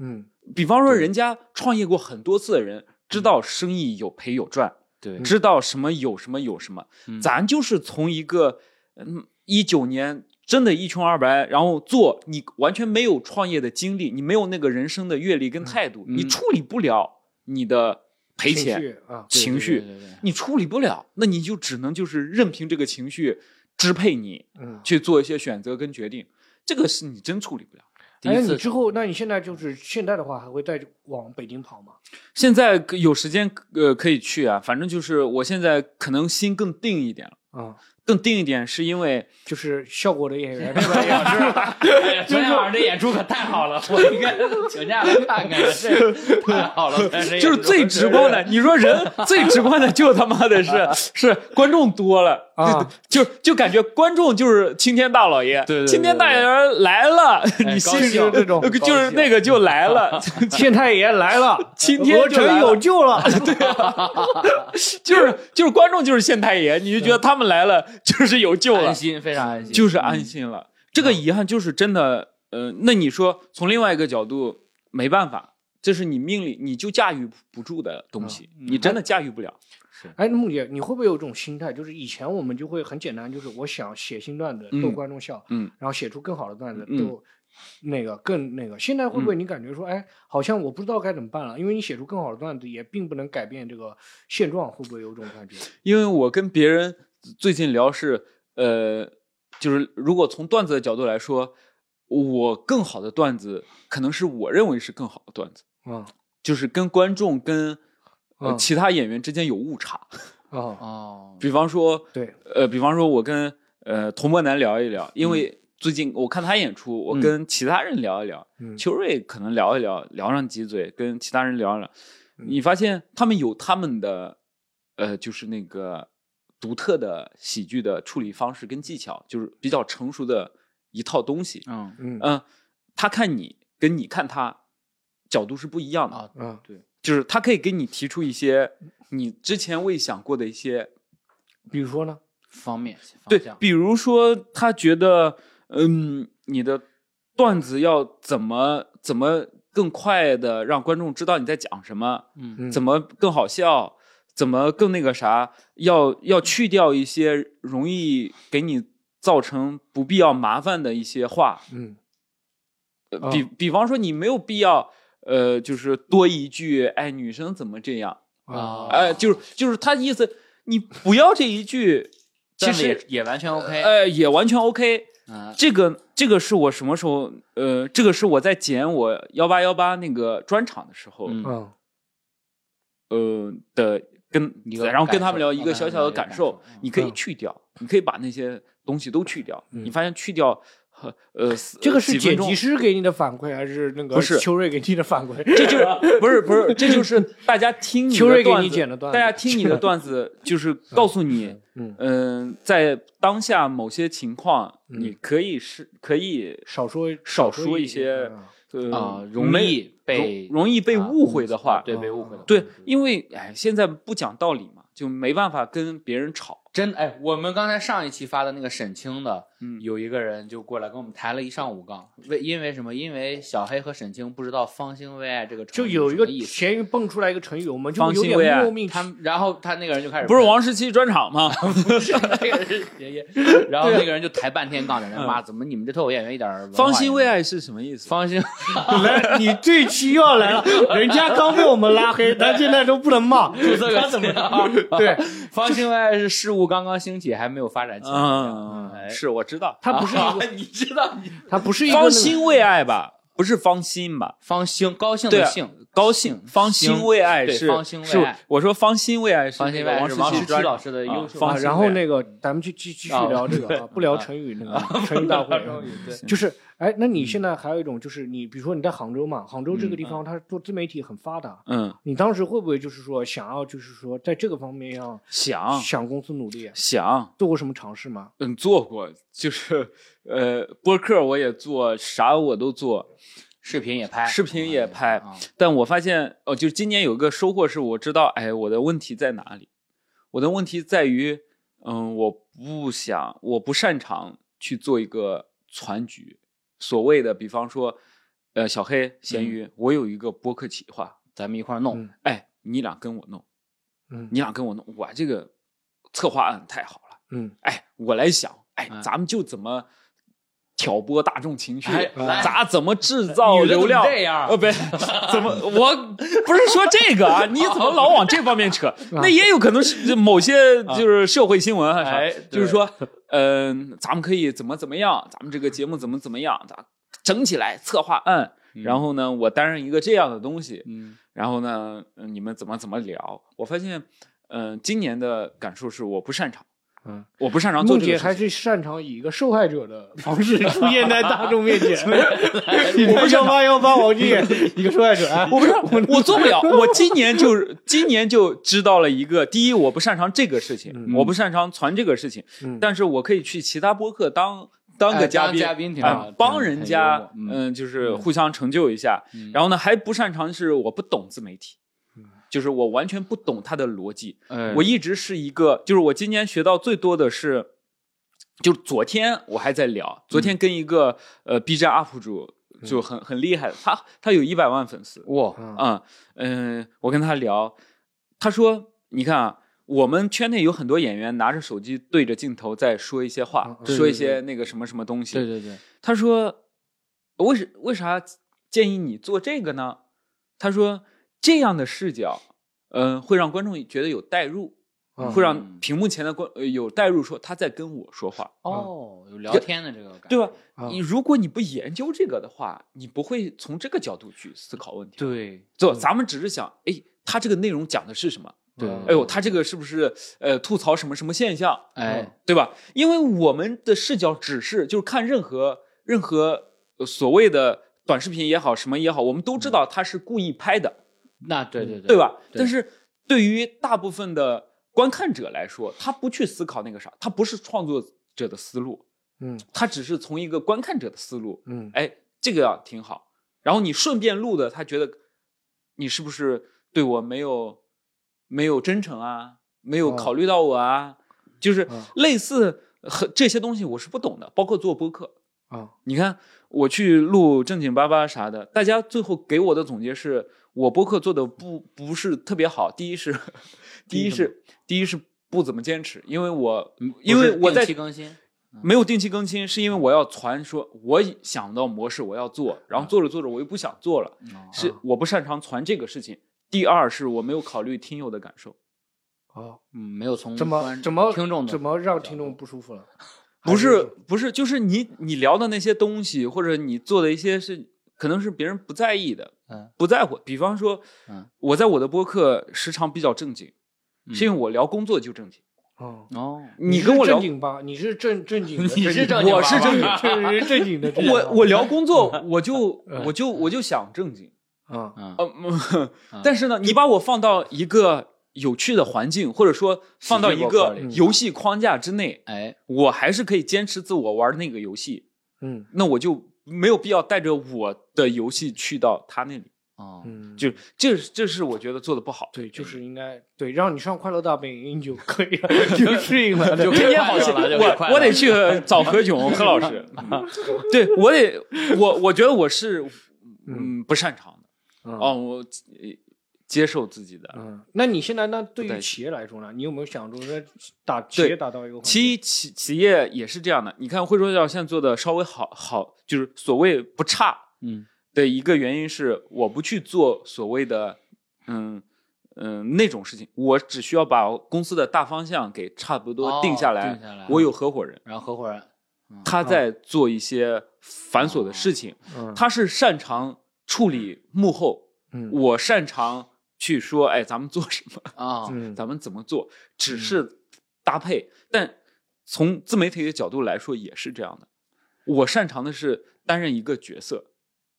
嗯，比方说，对人家创业过很多次的人，知道生意有赔有赚，对，知道什么有什么有什么。嗯咱就是从一个嗯一九年真的一穷二白，然后做你完全没有创业的经历，你没有那个人生的阅历跟态度，嗯你处理不了你的赔情钱。绪啊，对情绪对 <laughs> 对对对你处理不了，那你就只能就是任凭这个情绪支配你嗯，去做一些选择跟决定，这个是你真处理不了。第哎，一次你之后，那你现在就是现在的话，还会再往北京跑吗？现在可有时间呃可以去啊，反正就是我现在可能心更定一点了，啊，更定一点是因为就是效果的演员，哎呀， <laughs> 是，昨天晚上这演出可太好了，我应该 <laughs> 请假来看看了，这 <laughs> 太好了，但这就是最直观的。你说人最直观的就他妈的是 <laughs> 是观众多了啊，就就就感觉观众就是青天大老爷，对对对哎青天大老爷来了，你高心兴里就这种就高是兴那个就来了， <laughs> 县太爷来了，今天鹅就来城了有救 <laughs> 了。就是就是观众就是县太爷，你就觉得他们来了 <laughs> 就是有救了安，心，非常安心，就是安心了。嗯这个遗憾就是真的，呃，那你说从另外一个角度没办法，这是你命里你就驾驭不住的东西，嗯你真的驾驭不了。哎，那木姐，你会不会有一种心态，就是以前我们就会很简单，就是我想写新段子嗯逗观众笑，嗯，然后写出更好的段子嗯逗那个更那个。现在会不会你感觉说，哎，好像我不知道该怎么办了，因为你写出更好的段子也并不能改变这个现状，会不会有种感觉？因为我跟别人最近聊是，呃，就是如果从段子的角度来说，我更好的段子可能是我认为是更好的段子，嗯就是跟观众跟、呃、嗯其他演员之间有误差。啊，哦，比方说，对，呃，比方说我跟呃童博南聊一聊，因为最近我看他演出，我嗯跟其他人聊一聊，嗯，秋瑞可能聊一聊，聊上几嘴，跟其他人聊一聊，嗯你发现他们有他们的，呃，就是那个独特的喜剧的处理方式跟技巧，就是比较成熟的一套东西。嗯嗯嗯、他看你跟你看他角度是不一样的，啊，啊，就是他可以给你提出一些你之前未想过的一些比如说呢，方面对方向，比如说他觉得，嗯，你的段子要怎么怎么更快的让观众知道你在讲什么，嗯嗯怎么更好笑，怎么更那个啥，要要去掉一些容易给你造成不必要麻烦的一些话，嗯呃啊比比方说你没有必要。呃，就是多一句，哎，女生怎么这样？哦啊哎、就是就是他意思，你不要这一句，其段子实也也完全 OK，呃也完全 OK。嗯这个这个是我什么时候？呃，这个是我在剪我幺八幺八那个专场的时候，嗯嗯呃的跟一个然后跟他感们聊受一个小小的感跟他受们聊一个感受，你可以嗯去掉，你可以把那些东西都去掉。嗯你发现去掉和呃，这个是几分剪钟辑师给你的反馈，还是那个不是秋瑞给你的反馈？<laughs> 这就是不是不是，这就是大家听你秋的瑞给段你子，剪的段大子，家听你的段子 <laughs> 就是告诉你，嗯，嗯，在当下某些情况，嗯你可以是可以少说少说说一一些嗯呃啊，容没易被啊容容易被误会的话，嗯对被误会的话，对，因为哎，现在不讲道理嘛，就没办法跟别人吵。真的，哎，我们刚才上一期发的那个沈清的，嗯有一个人就过来跟我们抬了一上午杠，为因为什么？因为小黑和沈清不知道“方兴未艾”这个成就语有是一什个么意思，咸鱼蹦出来一个成语，我们就方有兴啊未艾点莫名其他们然后他那个人就开始不是喷 <laughs> 王十七专场吗？不是那个是爷爷，然后那个人就抬半天杠的人，妈，怎么你们这脱口演员一点儿文化方兴未也没有？艾是什么意思？方兴 <laughs> 来，你这期又要来了，人家刚被我们拉黑，咱现在都不能骂，注册个他怎么资料着？对， <laughs> 方兴未艾是事物刚刚兴起，还没有发展起来。嗯，哎是我知道，他 <laughs> 不是一个，啊你知道你他不是一个那方个兴未艾吧，不是方心吧？方兴高兴对的啊兴，高兴，方兴未艾对是方兴未艾是我说方兴未艾是方兴未那个艾王是十王七十七专老师的优秀啊啊，然后那个咱们去继继续哦啊聊这个，啊，不聊成语那个成语大 <laughs> 会啊。对就是，哎，那嗯你现在还有一种，就是你比如说你在杭州嘛，杭州这个地方它做自媒体很发达，嗯，你当时会不会就是说想要就是说在这个方面要 <laughs> 想想公司努力，啊想做过什么尝试吗？嗯做过，就是呃播客我也做，啥我都做，视频也拍，视频也拍啊但我发现哦，就是今年有个收获是，我知道，哎，我的问题在哪里？我的问题在于，嗯，我不想，我不擅长去做一个攒局，所谓的，比方说，呃，小黑、咸鱼，嗯我有一个播客企划，咱们一块儿弄嗯。哎，你俩跟我弄，嗯你俩跟我弄，我这个策划案太好了，嗯，哎，我来想，哎嗯，咱们就怎么。挑拨大众情绪，哎来呃咱怎么制造流量？女的怎么这样呃，不 <laughs> 是，怎 <laughs> 么？我不是说这 <laughs> 个啊，你怎么老往这方面扯？那也有可能是某些就是社会新闻啊，啥哎就对是说，嗯、咱们可以怎么怎么样，咱们这个节目怎么怎么样，咱整起来策划案，嗯然后呢，我担任一个这样的东西，嗯，然后呢，嗯你们怎么怎么聊？我发现，嗯、今年的感受是我不擅长，嗯，我不擅长做梦这姐个事还情。是擅长以一个受害者的方 <laughs> 式出现在大众面前。你不幺八幺八王 <laughs> 俊，一个受害者。哎我不是， <laughs> 我做不了。我今年就是今年就知道了一个，第一，我不擅长这个事情，嗯我不擅长传这个事情，嗯但是我可以去其他播客当当哎个嘉当宾，嘉宾挺哎好的帮挺人很幽家默，嗯嗯，就是互相成就一下。嗯然后呢，还不擅长是我不懂自媒体，就是我完全不懂它的逻辑。哎我一直是一个，就是我今年学到最多的是，就昨天我还在聊，昨嗯天跟一个、呃 B 站 UP 主就很很厉害，他他有一百万粉丝哇，嗯啊，嗯、我跟他聊，他说你看啊。我们圈内有很多演员拿着手机对着镜头在说一些话，嗯哦对说对一些那个什么什么东西。对对对，他说：“为什为啥建议你做这个呢？”他说：“这样的视角，嗯、会让观众觉得有代入，哦嗯啊会让屏幕前的观、呃、有代入，说他在跟我说话，哦，有聊天的这个感觉，对吧？啊你如果你不研究这个的话，你不会从这个角度去思考问题。对就咱们只是想，哎，他这个内容讲的是什么？对嗯哎呦，他这个是不是呃吐槽什么什么现象？哎，对吧？因为我们的视角只是就是看任何任何呃所谓的短视频也好，什么也好，我们都知道他是故意拍的，那对嗯对对吧？对但是对于大部分的观看者来说，他不去思考那个啥，他不是创作者的思路，嗯他只是从一个观看者的思路，嗯哎，这个要挺好。然后你顺便录的，他觉得你是不是对我没有没有真诚啊，没有哦考虑到我啊，就是嗯类似很这些东西我是不懂的，包括做播客。啊你看我去录正经八八啥的，大家最后给我的总结是我播客做的不不是特别好。第一是， <laughs> 第一是，第一是不怎么坚持，因为我因为我在期更新，嗯没有定期更新，是因为我要传说，我想到模式我要做，然后嗯做着做着我又不想做了，哦是我不擅长传这个事情。第二是我没有考虑听友的感受，啊！嗯，没有从怎么观怎么听众的怎么让听众不舒服了？不还是不是，就是你你聊的那些东西，或者你做的一些事，可能是别人不在意的，嗯不在乎。比方说，嗯我在我的播客时常比较正经，是因为我聊工作就正经。哦，哦， <laughs> 你跟嗯我是聊正经吧，你是正正经的， <laughs> 你是正经我吧是正经， <laughs> 是正经的。我我聊 <laughs> 工作，我就嗯我就我就想正经。我啊，嗯呃，嗯但是呢，你把我放到一个有趣的环境，或者说放到一个嗯游戏框架之内，哎，我还是可以坚持自我玩那个游戏，嗯那我就没有必要带着我的游戏去到他那里。哦， <laughs> 嗯，就这是这是我觉得做的不好。对，就是应该对，让你上快乐大本营就可以 <laughs> 了，就适应了。 <laughs> 就对今天好戏，快乐了就快乐我我得去找何炅何老 <laughs> 师，啊对我得我我觉得我是嗯不擅长的嗯哦，我呃接受自己的。嗯，那你现在那对不太于行企业来说呢？你有没有想着说打企对业打到一个环境企企企业也是这样的，你看惠州教现在做的稍微好好，就是所谓不差嗯的一个原因是，我不去做所谓的嗯嗯那种事情，我只需要把公司的大方向给差不多定下来，哦定下来我有合伙人，然后合伙人，他在做一些繁琐的事情，嗯他是擅长处理幕后，嗯我擅长去说，哎，咱们做什么，啊，嗯咱们怎么做，只嗯是搭配。但从自媒体的角度来说，也是这样的。我擅长的是担任一个角色，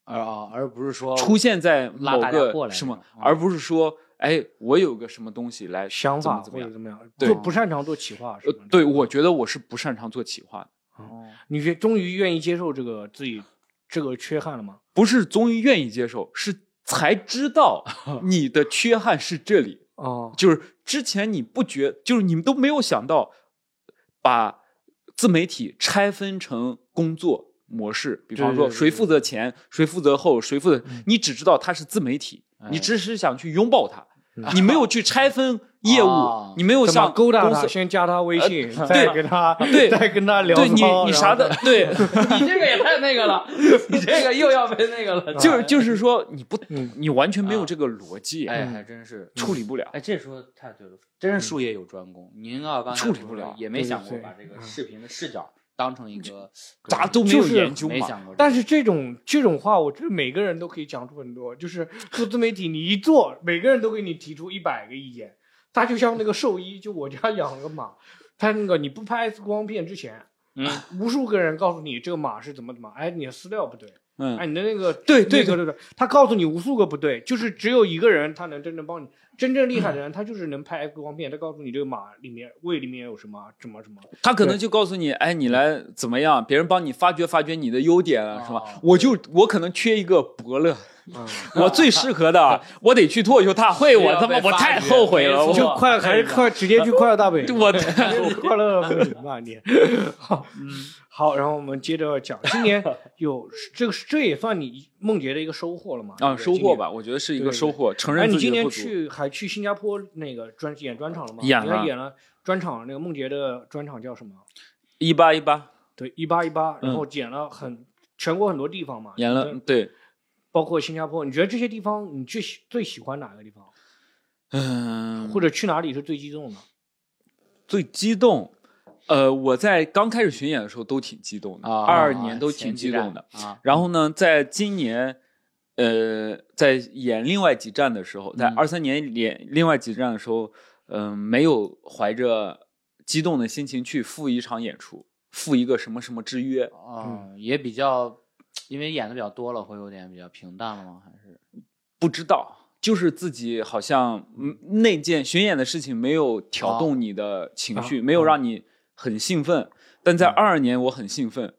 而啊而不是说出现在拉某大家过个来什那么种，啊而不是说，哎，我有个什么东西来想法怎或么怎者么样。怎么样，对做不擅长做企划是呃吧？，对，我觉得我是不擅长做企划的，哦你是终于愿意接受这个自己这个缺憾了吗？不是终于愿意接受，是才知 <laughs> 道你的缺憾是这里。哦，就是之前你不觉，就是你们都没有想到把自媒体拆分成工作模式，比方对说对对嗯谁负责前，谁负责后，谁负责，你只知道它是自媒体，哎你只是想去拥抱它嗯，你没有去拆分业啊务，你没有怎么像勾搭公他？司。先加他微信，呃再对跟他，对再跟他聊骚。对你，你啥然后的，对， <laughs> <laughs> <laughs> 你这个也太那个 <laughs> 了，你这个又要被那 <laughs> 个了，就是就是说，你不嗯，你完全没有啊这个逻辑，哎，还真是处理不了。哎，这说的太对了，真是术业有专攻。您啊，刚才处理说不了也没对想过对把这个嗯视频的视角当成一个，大家都没有就是研究没嘛，想过这个。但是这种这种话，我觉得每个人都可以讲出很多。就是做自媒体，你一做，每个人都给你提出一百个意见。他就像那个兽医，就我家 <laughs> 养了个马，他那个你不拍 X 光片之前，嗯，无数个人告诉你这个马是怎么怎么，哎，你的饲料不对，嗯，哎，你的那个对对那个对对，他告诉你无数个不对，就是只有一个人他能真正帮你。真正厉害的人，他就是能拍 X 光片，他告诉你这个马里面胃里面有什么什么什么。他可能就告诉你，哎，你来怎么样？别人帮你发掘发掘你的优点啊，是吧？哦我就我可能缺一个伯乐，嗯，我最适合 <laughs> 的，我得去脱口秀大会，需要我他妈被我发太掘后悔没了，错我就快还是快直接去快乐大本营。 <laughs> 我 <laughs> 快乐不行吧你？好，嗯好，然后我们接着讲，今年有这个，这也算你梦洁的一个收获了嘛？啊对收获。吧，我觉得是一个对对收获，承今年哎，认你自今己的年不足。去还去新加坡那个专演专场了吗？演你还了演了专场，那个梦洁的专场叫什么？一八一嗯八对，一八一八，嗯然后演了很全国很多地方嘛，演了，嗯对，包括新加坡。你觉得这些地方你最喜最喜欢哪个地方，嗯，或者去哪里是最激动的？最激动。呃，我在刚开始巡演的时候都挺激动的，啊，二二年都挺激动的。啊，然后呢，在今年，呃，在演另外几站的时候，在嗯二三年演另外几站的时候，嗯、没有怀着激动的心情去赴一场演出，赴一个什么什么之约，啊，也比较，因为演的比较多了，会有点比较平淡了吗？还是不知道。就是自己好像嗯那件巡演的事情没有挑动你的情绪，啊没有让你很兴奋。但在二二年我很兴奋，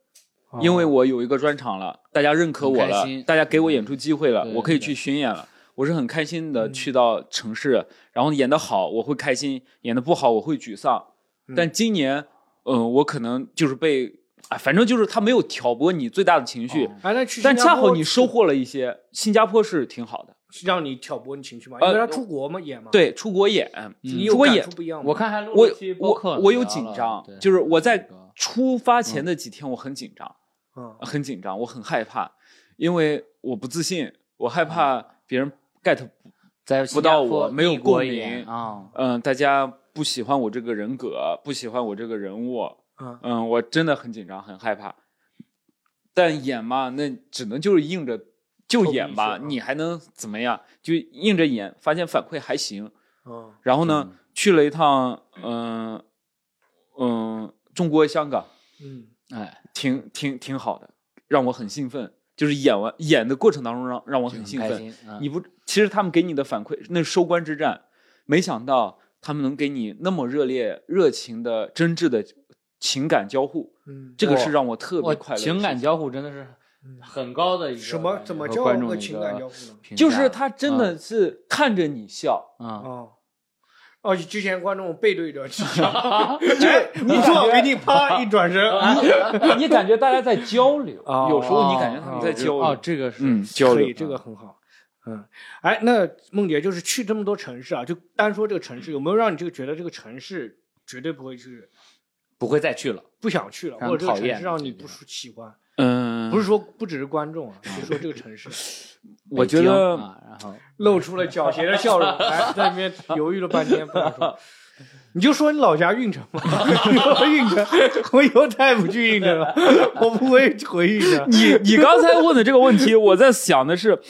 因哦啊为我有一个专场了，大家认可我很开了心，大家给我演出机会了，对我可以对去巡演了。我是很开心的嗯去到城市，然后演得好我会开心，演得不好我会沮丧。嗯但今年，嗯、我可能就是被，啊，反正就是他没有挑拨你最大的情绪，哦哎，那去但新加恰坡嗯好你收获了一些。新加坡是挺好的，让你挑拨你情绪嘛，因呃为他出国嘛演嘛，，对，出国演，嗯你出有国感演触，不一样吗？嗯我看还录我了期播客我呢我有聊紧了张对，就是我这在个出发前的几天我很紧张。嗯，很紧张，我很害怕，因为我不自信，我嗯害怕别人 get，在不到我没有过共鸣啊，嗯、大家不喜欢我这个人格，不喜欢我这个人物，嗯嗯、我真的很紧张，很害怕。但演嘛，那只能就是硬着就演吧，凑合一下啊你还能怎么样？就硬着演，发现反馈还行。嗯然后呢，嗯去了一趟，嗯、嗯、中国香港，嗯哎，挺挺挺好的，让我很兴奋。就是演完演的过程当中让让我就很很兴开奋，心，嗯你不，其实他们给你的反馈那是收官之战，没想到他们能给你那么热烈、热情的、真挚的情感交互，嗯，这个哇是让我特我别快乐的事情。情感交互真的是很高的一个嗯什么怎么感觉叫和观众个的一情感交互呢？评价就是他真的是看着你笑，嗯，哦，哦，之前观众背对着去 <laughs> <laughs> 就是你说我给你啪一转身，啊啊 <laughs> 你感觉大家在交流，哦有时候你感觉他们在哦交哦，流，这个是嗯，交可流以，这个很好。嗯，哎，那梦姐就是去这么多城市啊，就单说这个城市，有没有让你就觉得这个城市绝对不会去，不会再去了。不想去了，让或者这个讨厌城市让你这个不舒喜欢？嗯，不是说不只是观众啊，是说这个城 <laughs> 市我觉北京得啊，然后露出了狡黠的笑 <laughs> 容，哎，在那边犹豫了半天不敢说。你就说你老家运城吧，我运城，我以后再也不去运城 <laughs> 了，我不会回运 <laughs> 城。你你刚才问的这个问题，我在想的是，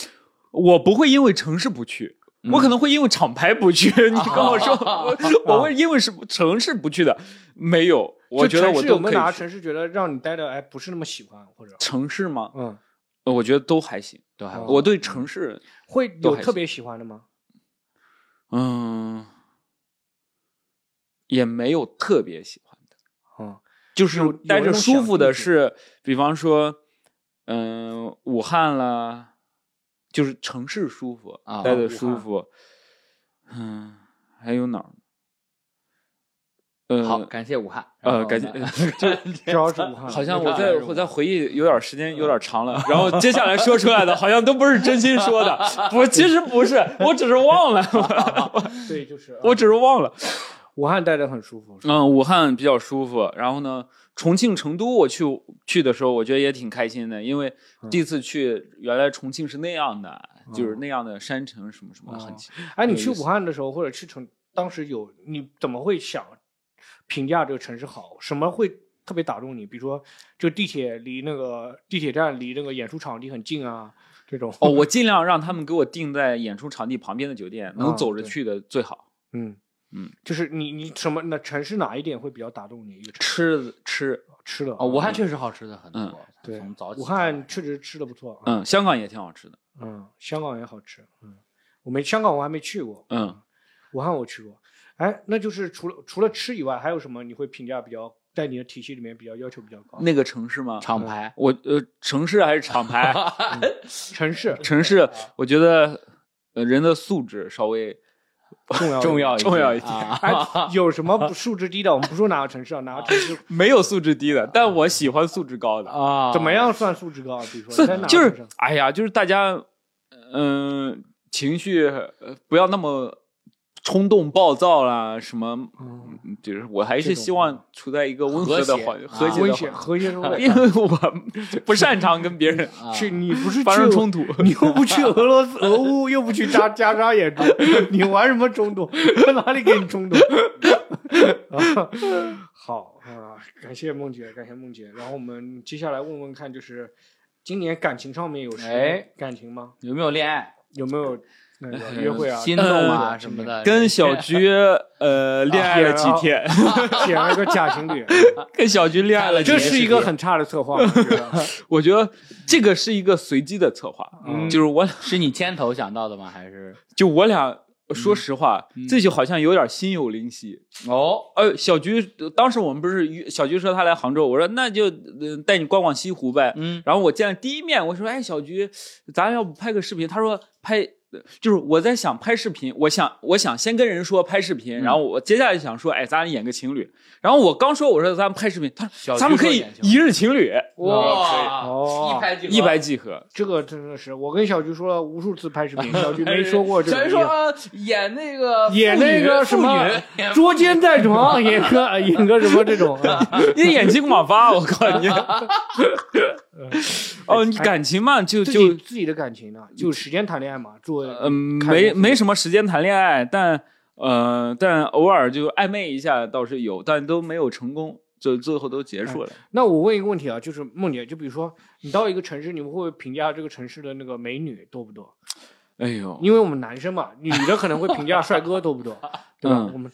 我不会因为城市不去，我可能会因为厂牌不去。你跟我说，啊我我会因为什么城市不去的？没有，我觉得就我城市有都没可有哪个以去。城市觉得让你待的哎不是那么喜欢，或者城市吗？嗯，呃我觉得都还行。对，还哦我对城市，会都有还行特别喜欢的吗？嗯，也没有特别喜欢的，嗯，就是有待着舒服的有那种想进去是，比方说，嗯、武汉啦，就是城市舒服，啊待的武舒汉服。嗯，还有哪儿呢？呃，好，感谢武汉。呃然后感谢呢主要是武汉，好像那我个在是我在回忆，有点时间有点长 <laughs> 了，然后接下来说出来的好像都不是真心说的，不，其实不是，我只是忘了， <laughs> 对，就是嗯我只是忘了。武汉待的很舒服。嗯，武汉比较舒服，然后呢，重庆、成都我去去的时候，我觉得也挺开心的，因为嗯第一次去，原来重庆是那样的，就是那样的山城什么什么的，很哦哎，你去有意思武汉的时候，或者去成，当时有你怎么会想评价这个城市好？什么会特别打动你？比如说，就地铁离那个地铁站离那个演出场地很近啊，这种。哦，，我尽量让他们给我定在演出场地旁边的酒店，能啊走着对去的最好。嗯嗯，就是你你什么那城市哪一点会比较打动你？一个城吃吃，吃的哦，武汉确实好吃的很嗯多，对从早起武汉确实吃的不错。啊嗯，香港也挺好吃的，嗯，香港也好吃。嗯，我没香港我还没去过，嗯，武汉我去过。哎，那就是除了除了吃以外，还有什么你会评价比较在你的体系里面比较要求比较高？那个城市吗？厂牌我呃，城市还是厂牌？城市城市，我觉得呃，人的素质稍微 <laughs> 重要重要一点。重要一一点点啊 <laughs> 哎，有什么不素质低的？我们不说哪个城市啊，哪个城 <laughs> 市没有素质低的，但我喜欢素质高的。啊嗯怎么？样算素质高啊？比如说是在哪个就城是市？哎呀，就是大家，嗯、情绪呃不要那么冲动暴躁啦，什么，嗯嗯就是我还是这种希望处在一个温和的和谐环啊和谐和的谐环，和谐社会 <laughs> 因。为我不擅长跟别人啊去你不是发生去冲突。 <laughs> 你又不去俄罗斯、俄乌，又不去扎加沙演出，你玩什么冲突？哪里给你冲突？ <laughs> 啊好啊，感谢梦姐，感谢梦姐。然后我们接下来问问看，就是今年感情上面有什么哎感情吗？有没有恋爱有没有那个约会啊？心动啊什么的？ <laughs> 呃 <laughs> 跟小菊呃恋爱了几 <laughs> 天，捡了个假情侣，啊跟小菊恋爱了几这天，是一个很差的策划。我觉得 <laughs> 我觉得这个是一个随机的策划，嗯就是我俩是你牵头想到的吗？还是就我俩说实话，嗯这就好像有点心有灵犀。哦呃，小菊当时我们不是约小菊说她来杭州，我说那就、呃、带你逛逛西湖呗。嗯然后我见了第一面，我说：“哎，小菊，咱要不拍个视频？”他说：“拍，就是我在想拍视频，我想我想先跟人说拍视频，嗯然后我接下来想说，哎，咱俩演个情侣。然后我刚说我说咱们拍视频，他小说菊咱们可说以演情侣一日情侣，哇哦一拍即合一拍即合。这个真的是，我跟小菊说了无数次拍视频， <laughs> 小菊没说过这个意小菊思。哎说啊演那个演那个什么啊捉奸在床，演个演个什么这 <laughs> 种啊？你眼睛广发，我靠 <laughs> 你！哦，你感情嘛，哎就自己就自己的感情呢，就时间谈恋爱嘛，做嗯、看没东西没什么时间谈恋爱，但呃，但偶尔就暧昧一下倒是有，但都没有成功，就最后都结哎束了。那我问一个问题啊，就是梦姐，就比如说你到一个城市，你们会评价这个城市的那个美女多不多？哎呦，因为我们男生嘛，女的可能会评价帅哥多不多，对吧嗯？我们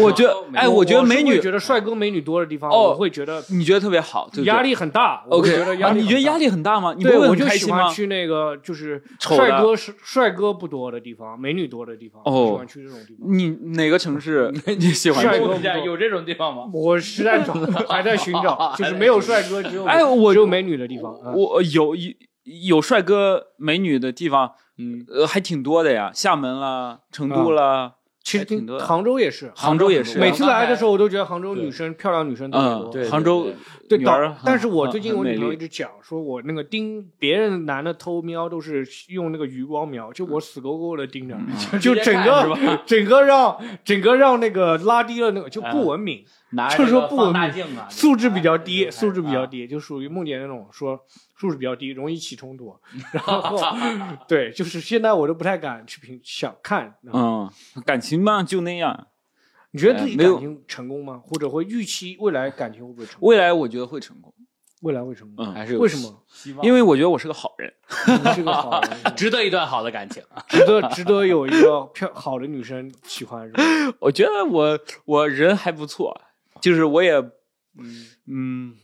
我觉得，哎，我觉得是美会女觉得帅哥美女多的地方，哦我会觉得你觉得特别好，对不对压力很大。我会觉得？OK，压啊，力，你觉得压？力很大吗？你不对，会我很就开喜心欢吗？去那个就是丑帅的哥是帅哥不多的地方，美女多的地方，哦我喜欢去这种地方。你哪个 <laughs> 城市你喜欢帅去？哥一下，有这种地方吗？我实在 <laughs> 找，还在寻找，就是没有帅哥，只有哎，我只有美女的地方。嗯我有有有帅哥美女的地方，嗯，呃，还挺多的呀，厦门啦，成都啦，其还实挺多的。杭州也是，杭州也是啊，每次来的时候，我都觉得杭州对女生漂亮女生特别嗯，多。对杭州对，女儿但很，但是我很最近我很女朋友美一直丽讲，说我那个盯别人男的偷瞄都是用那个余光瞄，就我死勾勾的盯着，嗯就整个整个让整个让那个拉低了那个就嗯不文明，拿就是说不放大镜啊，素质比较低，啊素质比较。低，就属于梦姐那种说素质比较低，容易起冲突。然 <laughs> 后对，就是现在我都不太敢去评想看。嗯，感情嘛就那样。你觉得自己哎没有感情成功吗？或者会预期未来感情会不会成功？未来我觉得会成功，未来会成功？嗯，还是有为什 <laughs> 么？希望？因为我觉得我是个好人。你是个好人。啊值得一段好的感情。值得值得有一个漂好的女生喜欢是吧？我觉得我我人还不错，就是我也嗯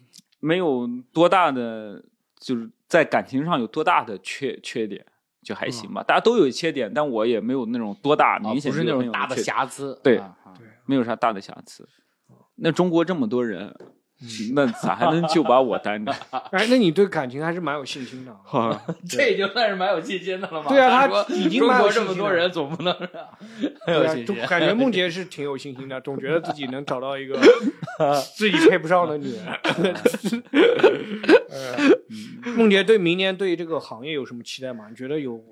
没有多大的，就是在感情上有多大的缺缺点，就还行吧。大家都有缺点，但我也没有那种多大嗯啊明显不是就那很种有大的缺点，瑕疵，哦对啊啊没有啥大的瑕疵。那中国这么多人，嗯那咋还能就把我单 <laughs> 着？ <laughs> 哎，那你对感情还是蛮有信心的啊。这就算是蛮有信心的了嘛。对啊他他说已经中蛮有国这信么心多了人，总不能 <laughs> 很有对啊信就心。感觉梦洁是挺有信心的，总觉得自己能找到一个自己配不上的女人。呃梦洁对明年对这个行业有什么期待吗？你觉得有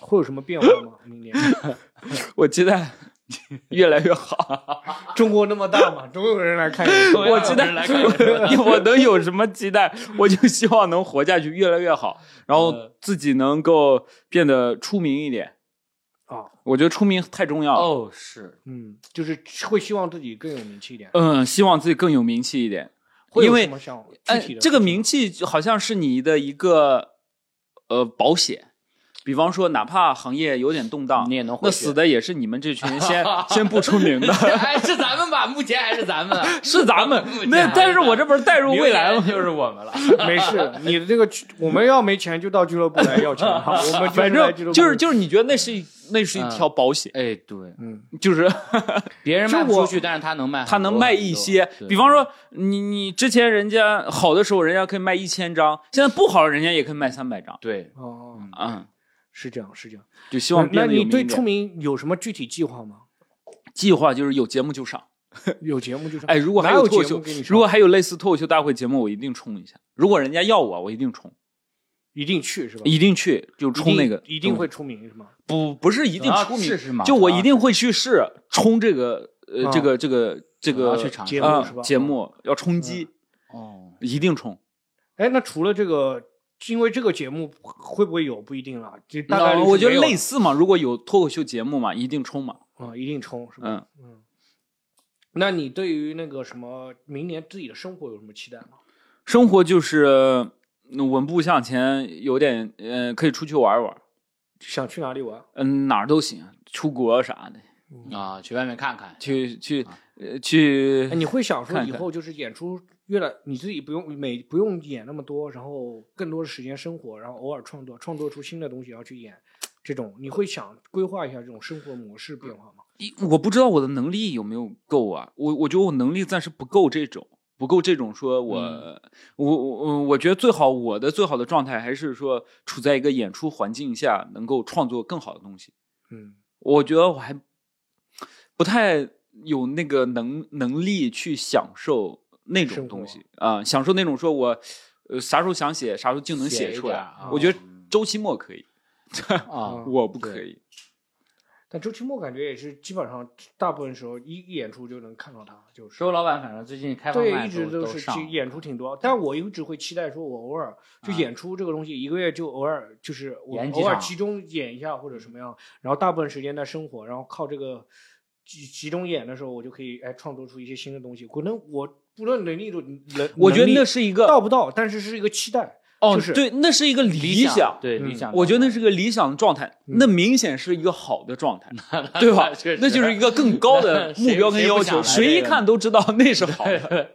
会有什么变化吗？明年我 <laughs> 期待越来越好，中国那么大嘛，总有人来看你。我知道来看看我能有什么期待？我就希望能活下去，越来越嗯好，然后自己能够变得出名一点。啊，我觉得出名太重要了。哦，是嗯，就是会希望自己更有名气一点。嗯，希望自己更有名气一点，会因有为什么想具哎体的，这个名气就好像是你的一个呃保险。比方说，哪怕行业有点动荡，你也能回那去死的也是你们这群 <laughs> 先先不出名 <laughs> 的，哎，是咱们吧？目前还是咱们，是咱们目。前那还但是是我这不是带入未来明吗？年就是我们了。没事，你的这个俱我们要没钱就到俱乐部来要钱，好我们反来俱乐部正就是就是，你觉得那是一那是一嗯条保险，哎，对，嗯，就是别人卖不就我出去，但是他能卖，它能卖一些。比方说，你你之前人家好的时候，人家可以卖一千张，现在不好，人家也可以卖三百张。对，哦，嗯，是这样是这样。就希望那变得有你名对一点出名有什么具体计划 <laughs> 吗？计划就是有节目就上。有节目 <laughs> 就是哎，如果还哪有脱口节目秀给你，上如果还有类似脱口秀大会节目，我一定冲一下。如果人家要我，我一定冲，一定去是吧？一定去，就冲那个东西，一定一定会啊出名是吗？不不是一定总要出试名，试嘛啊就我总要一定会去试冲这个呃啊这个这个这我要个去尝试节目啊是吧嗯节目要冲击，哦，一定冲。哎，那除了这个，因为这个节目会不会有不一定了，就大概率那是哦我觉没得有类似嘛，如果有脱口秀节目嘛，一定冲嘛。啊，一定冲是吧？嗯，嗯。那你对于那个什么明年自己的生活有什么期待吗？生活就是嗯稳步向前，有点嗯、呃可以出去玩玩，想去哪里玩？嗯、哪儿都行，出国啥的，啊，去外面看看，去去啊呃去哎，你会想说看以看后就是演出越来你自己不用每不用演那么多，然后更多的时间生活，然后偶尔创作，创作出新的东西然后去演，这种你会想规划一下这种生活模式变化吗？一我不知道我的能力有没有够啊，我我觉得我能力暂时不够这种，不够这种说我、嗯我我我觉得最好我的最好的状态还是说处在一个演出环境下，能够创作更好的东西。嗯，我觉得我还不太有那个能能力去享受那种生东活西啊、享受那种说我呃啥时候想写，啥时候就能写写一出点来。啊我觉得嗯周期末可以，啊，我不可嗯对以。但周奇墨感觉也是基本上大部分时候一一演出就能看到他，就是周老板反正最近开放对，麦一直都是上去了演出挺嗯多，但我一直会期待说，我偶尔就啊演出这个东西，一个月就偶尔就是我演几偶尔场集中演一下或者什么样，然后大部分时间在生活，然后靠这个集集中演的时候，我就可以哎创作出一些新的东西。可能我不论能力都能，我觉得能力那是一个到不到，但是是一个期待。哦，就是对，那是一个理想。对嗯理想，我觉得那是个理想的状态，嗯那明显是一个好的状态，对 <laughs> 吧？确实那就是一个更高的 <laughs> 谁目标跟谁要不想求，来谁这一个看 <laughs> 都知道那是好的。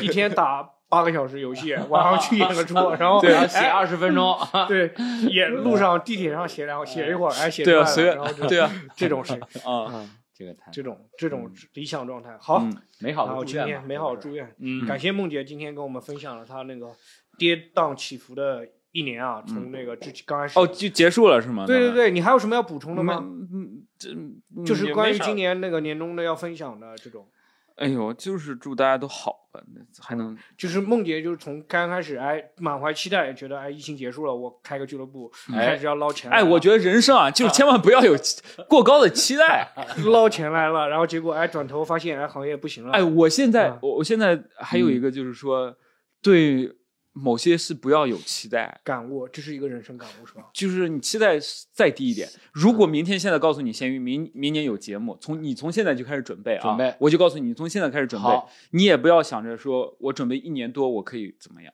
一天 <laughs> 打八个小时游戏，晚上去演个出，然后哎啊对，写二十分钟， <laughs> 对也路上地铁上写两写一会儿，哎写对啊出来随便了然后就对啊，这种事，啊，嗯这个太这种这种理想状态。好，嗯美好然后的祝今愿天吧美好的祝愿，嗯感谢梦姐今天跟我们分享了她那个跌宕起伏的一年啊，从那个之前刚开始嗯哦，就结束了是吗？对对对，你还有什么要补充的吗？嗯，这就是关于今。嗯也没啥年那个年终的要分享的这种，哎呦，就是祝大家都好吧，那 <laughs> 还能就是梦姐就是从刚开始哎满怀期待，觉得哎疫情结束了，我开个俱乐部哎开始要捞钱了，哎，我觉得人生啊，就是千万不要有 <laughs> 过高的期待。啊捞钱来了，然后结果哎转头发现哎行业不行了，哎，我现啊在嗯我我现在嗯还有一个就是说，对某些事不要有期待，感悟，这是一个人生感悟是吧？就是你期待再低一点。如果明天现在告诉你咸鱼明明年有节目，从你从现在就开始准备啊，准备我就告诉你，你从现在开始准备好，你也不要想着说我准备一年多我可以怎么样，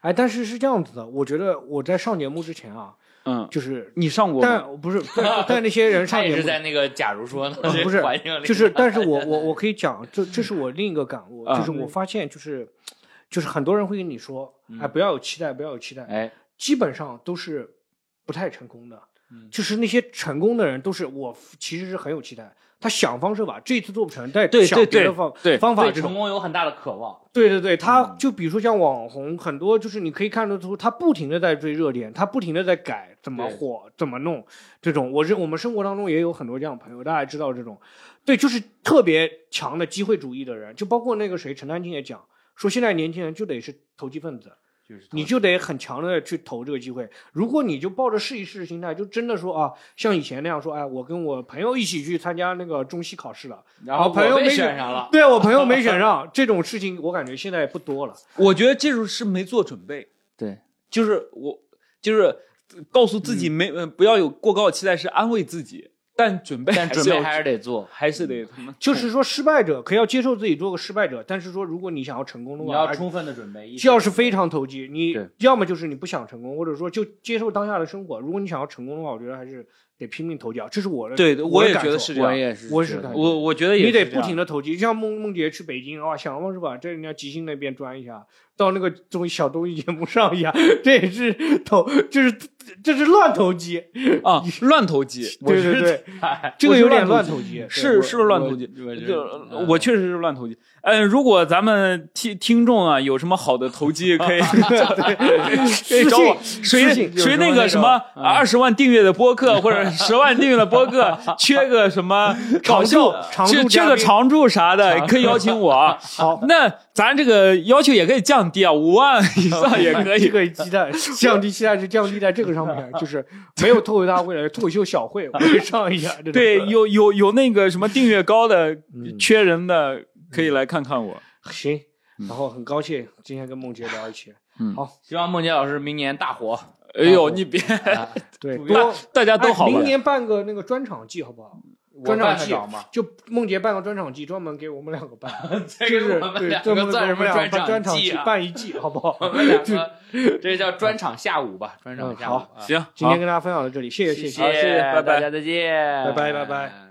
哎，但是是这样子的，我觉得我在上节目之前啊，嗯，就是，你上过吗？但不是，但但那些人上他也节是目在那个假如说呢，呃不是环境里就是，但是我我我可以讲，这这是我另一个感悟，啊就是我发现就是，就是很多人会跟你说，嗯哎，不要有期待，不要有期待，哎，基本上都是不太成功的嗯。就是那些成功的人，都是我其实是很有期待，他想方设法，这次做不成，但对想对别的对方对方法对这成种。功有很大的渴望，对对对，他嗯就比如说像网红，很多就是你可以看得出，他不停的在追热点，他不停的在改怎么对火，怎么弄这种。我认我们生活当中也有很多这样的朋友，大家也知道这种，对，就是特别强的机会主义的人，就包括那个谁陈丹青也讲说，现在年轻人就得是投机分子，就是你就得很强的去投这个机会。如果你就抱着试一试的心态，就真的说啊，像以前那样说，哎，我跟我朋友一起去参加那个中戏考试 <laughs> 了，然后后朋友我被没选选 <laughs> 上了，对我朋友没选上，这种事情我感觉现在不多了。我觉得这种是没做准备，对，就是我就是告诉自己没、呃不要有过高的期待，是安慰自己，但准备但准是备要还是得做，还是得他妈就是说，失败者可以要接受自己做个失败者，但是说，如果你想要成功的你话，要充分的准备，一直要是非常投机，你对要么就是你不想成功，或者说就接受当下的生活。如果你想要成功的话，我觉得还是得拼命投机啊，这是我的，对，我也的感觉得受是这我样。也是觉得，我是感觉我我觉得也你是得这样不停的投机，就像孟孟姐去北京啊，想方设法在人家即兴那边钻一下，到那个综艺小综艺节目上一下，这也是投，就是这是乱投机，啊，乱投机，我对是对对，哎这个我是有点乱乱投投机，是对是乱投我机，我就嗯我确实是乱投机。嗯，如果咱们听听众啊有什么好的投机， <laughs> 可以可以私找我。信私谁信有谁什么那那嗯个个什么二十万订阅的播客 <laughs> 或者十万订阅的播客，缺个什么搞常笑驻，常驻缺嘉缺个宾常驻啥的，可以邀请我啊。 <laughs> 好，那咱这个要求也可以降低啊，五万以 <laughs> 上也可这以。个期待降低期待是降低在这个上面，就是没有脱口秀大会了，脱口秀小会我会上一下。这种对，有有有那个什么订阅高的嗯缺人的，可以来看看我。行，然后很高兴今天跟梦洁聊一起，希望孟杰老师明年大火，哎呦，你别，啊 <laughs> 对，祝多大家都好哎明吧？年办个那个专场季好不好？我专办场得季着吗？就梦洁办个专场季，专门给我们两个办，<laughs> 这就个是我们对，两专门给个我算什们么两个办专专场季季 <laughs> 啊？办一季，好不好？ <laughs> 我们两个 <laughs> 这叫专场下午吧，专场下午。啊行，嗯今天跟大家分享到这里，谢谢谢嗯谢好谢谢拜拜大家再见，拜拜拜拜。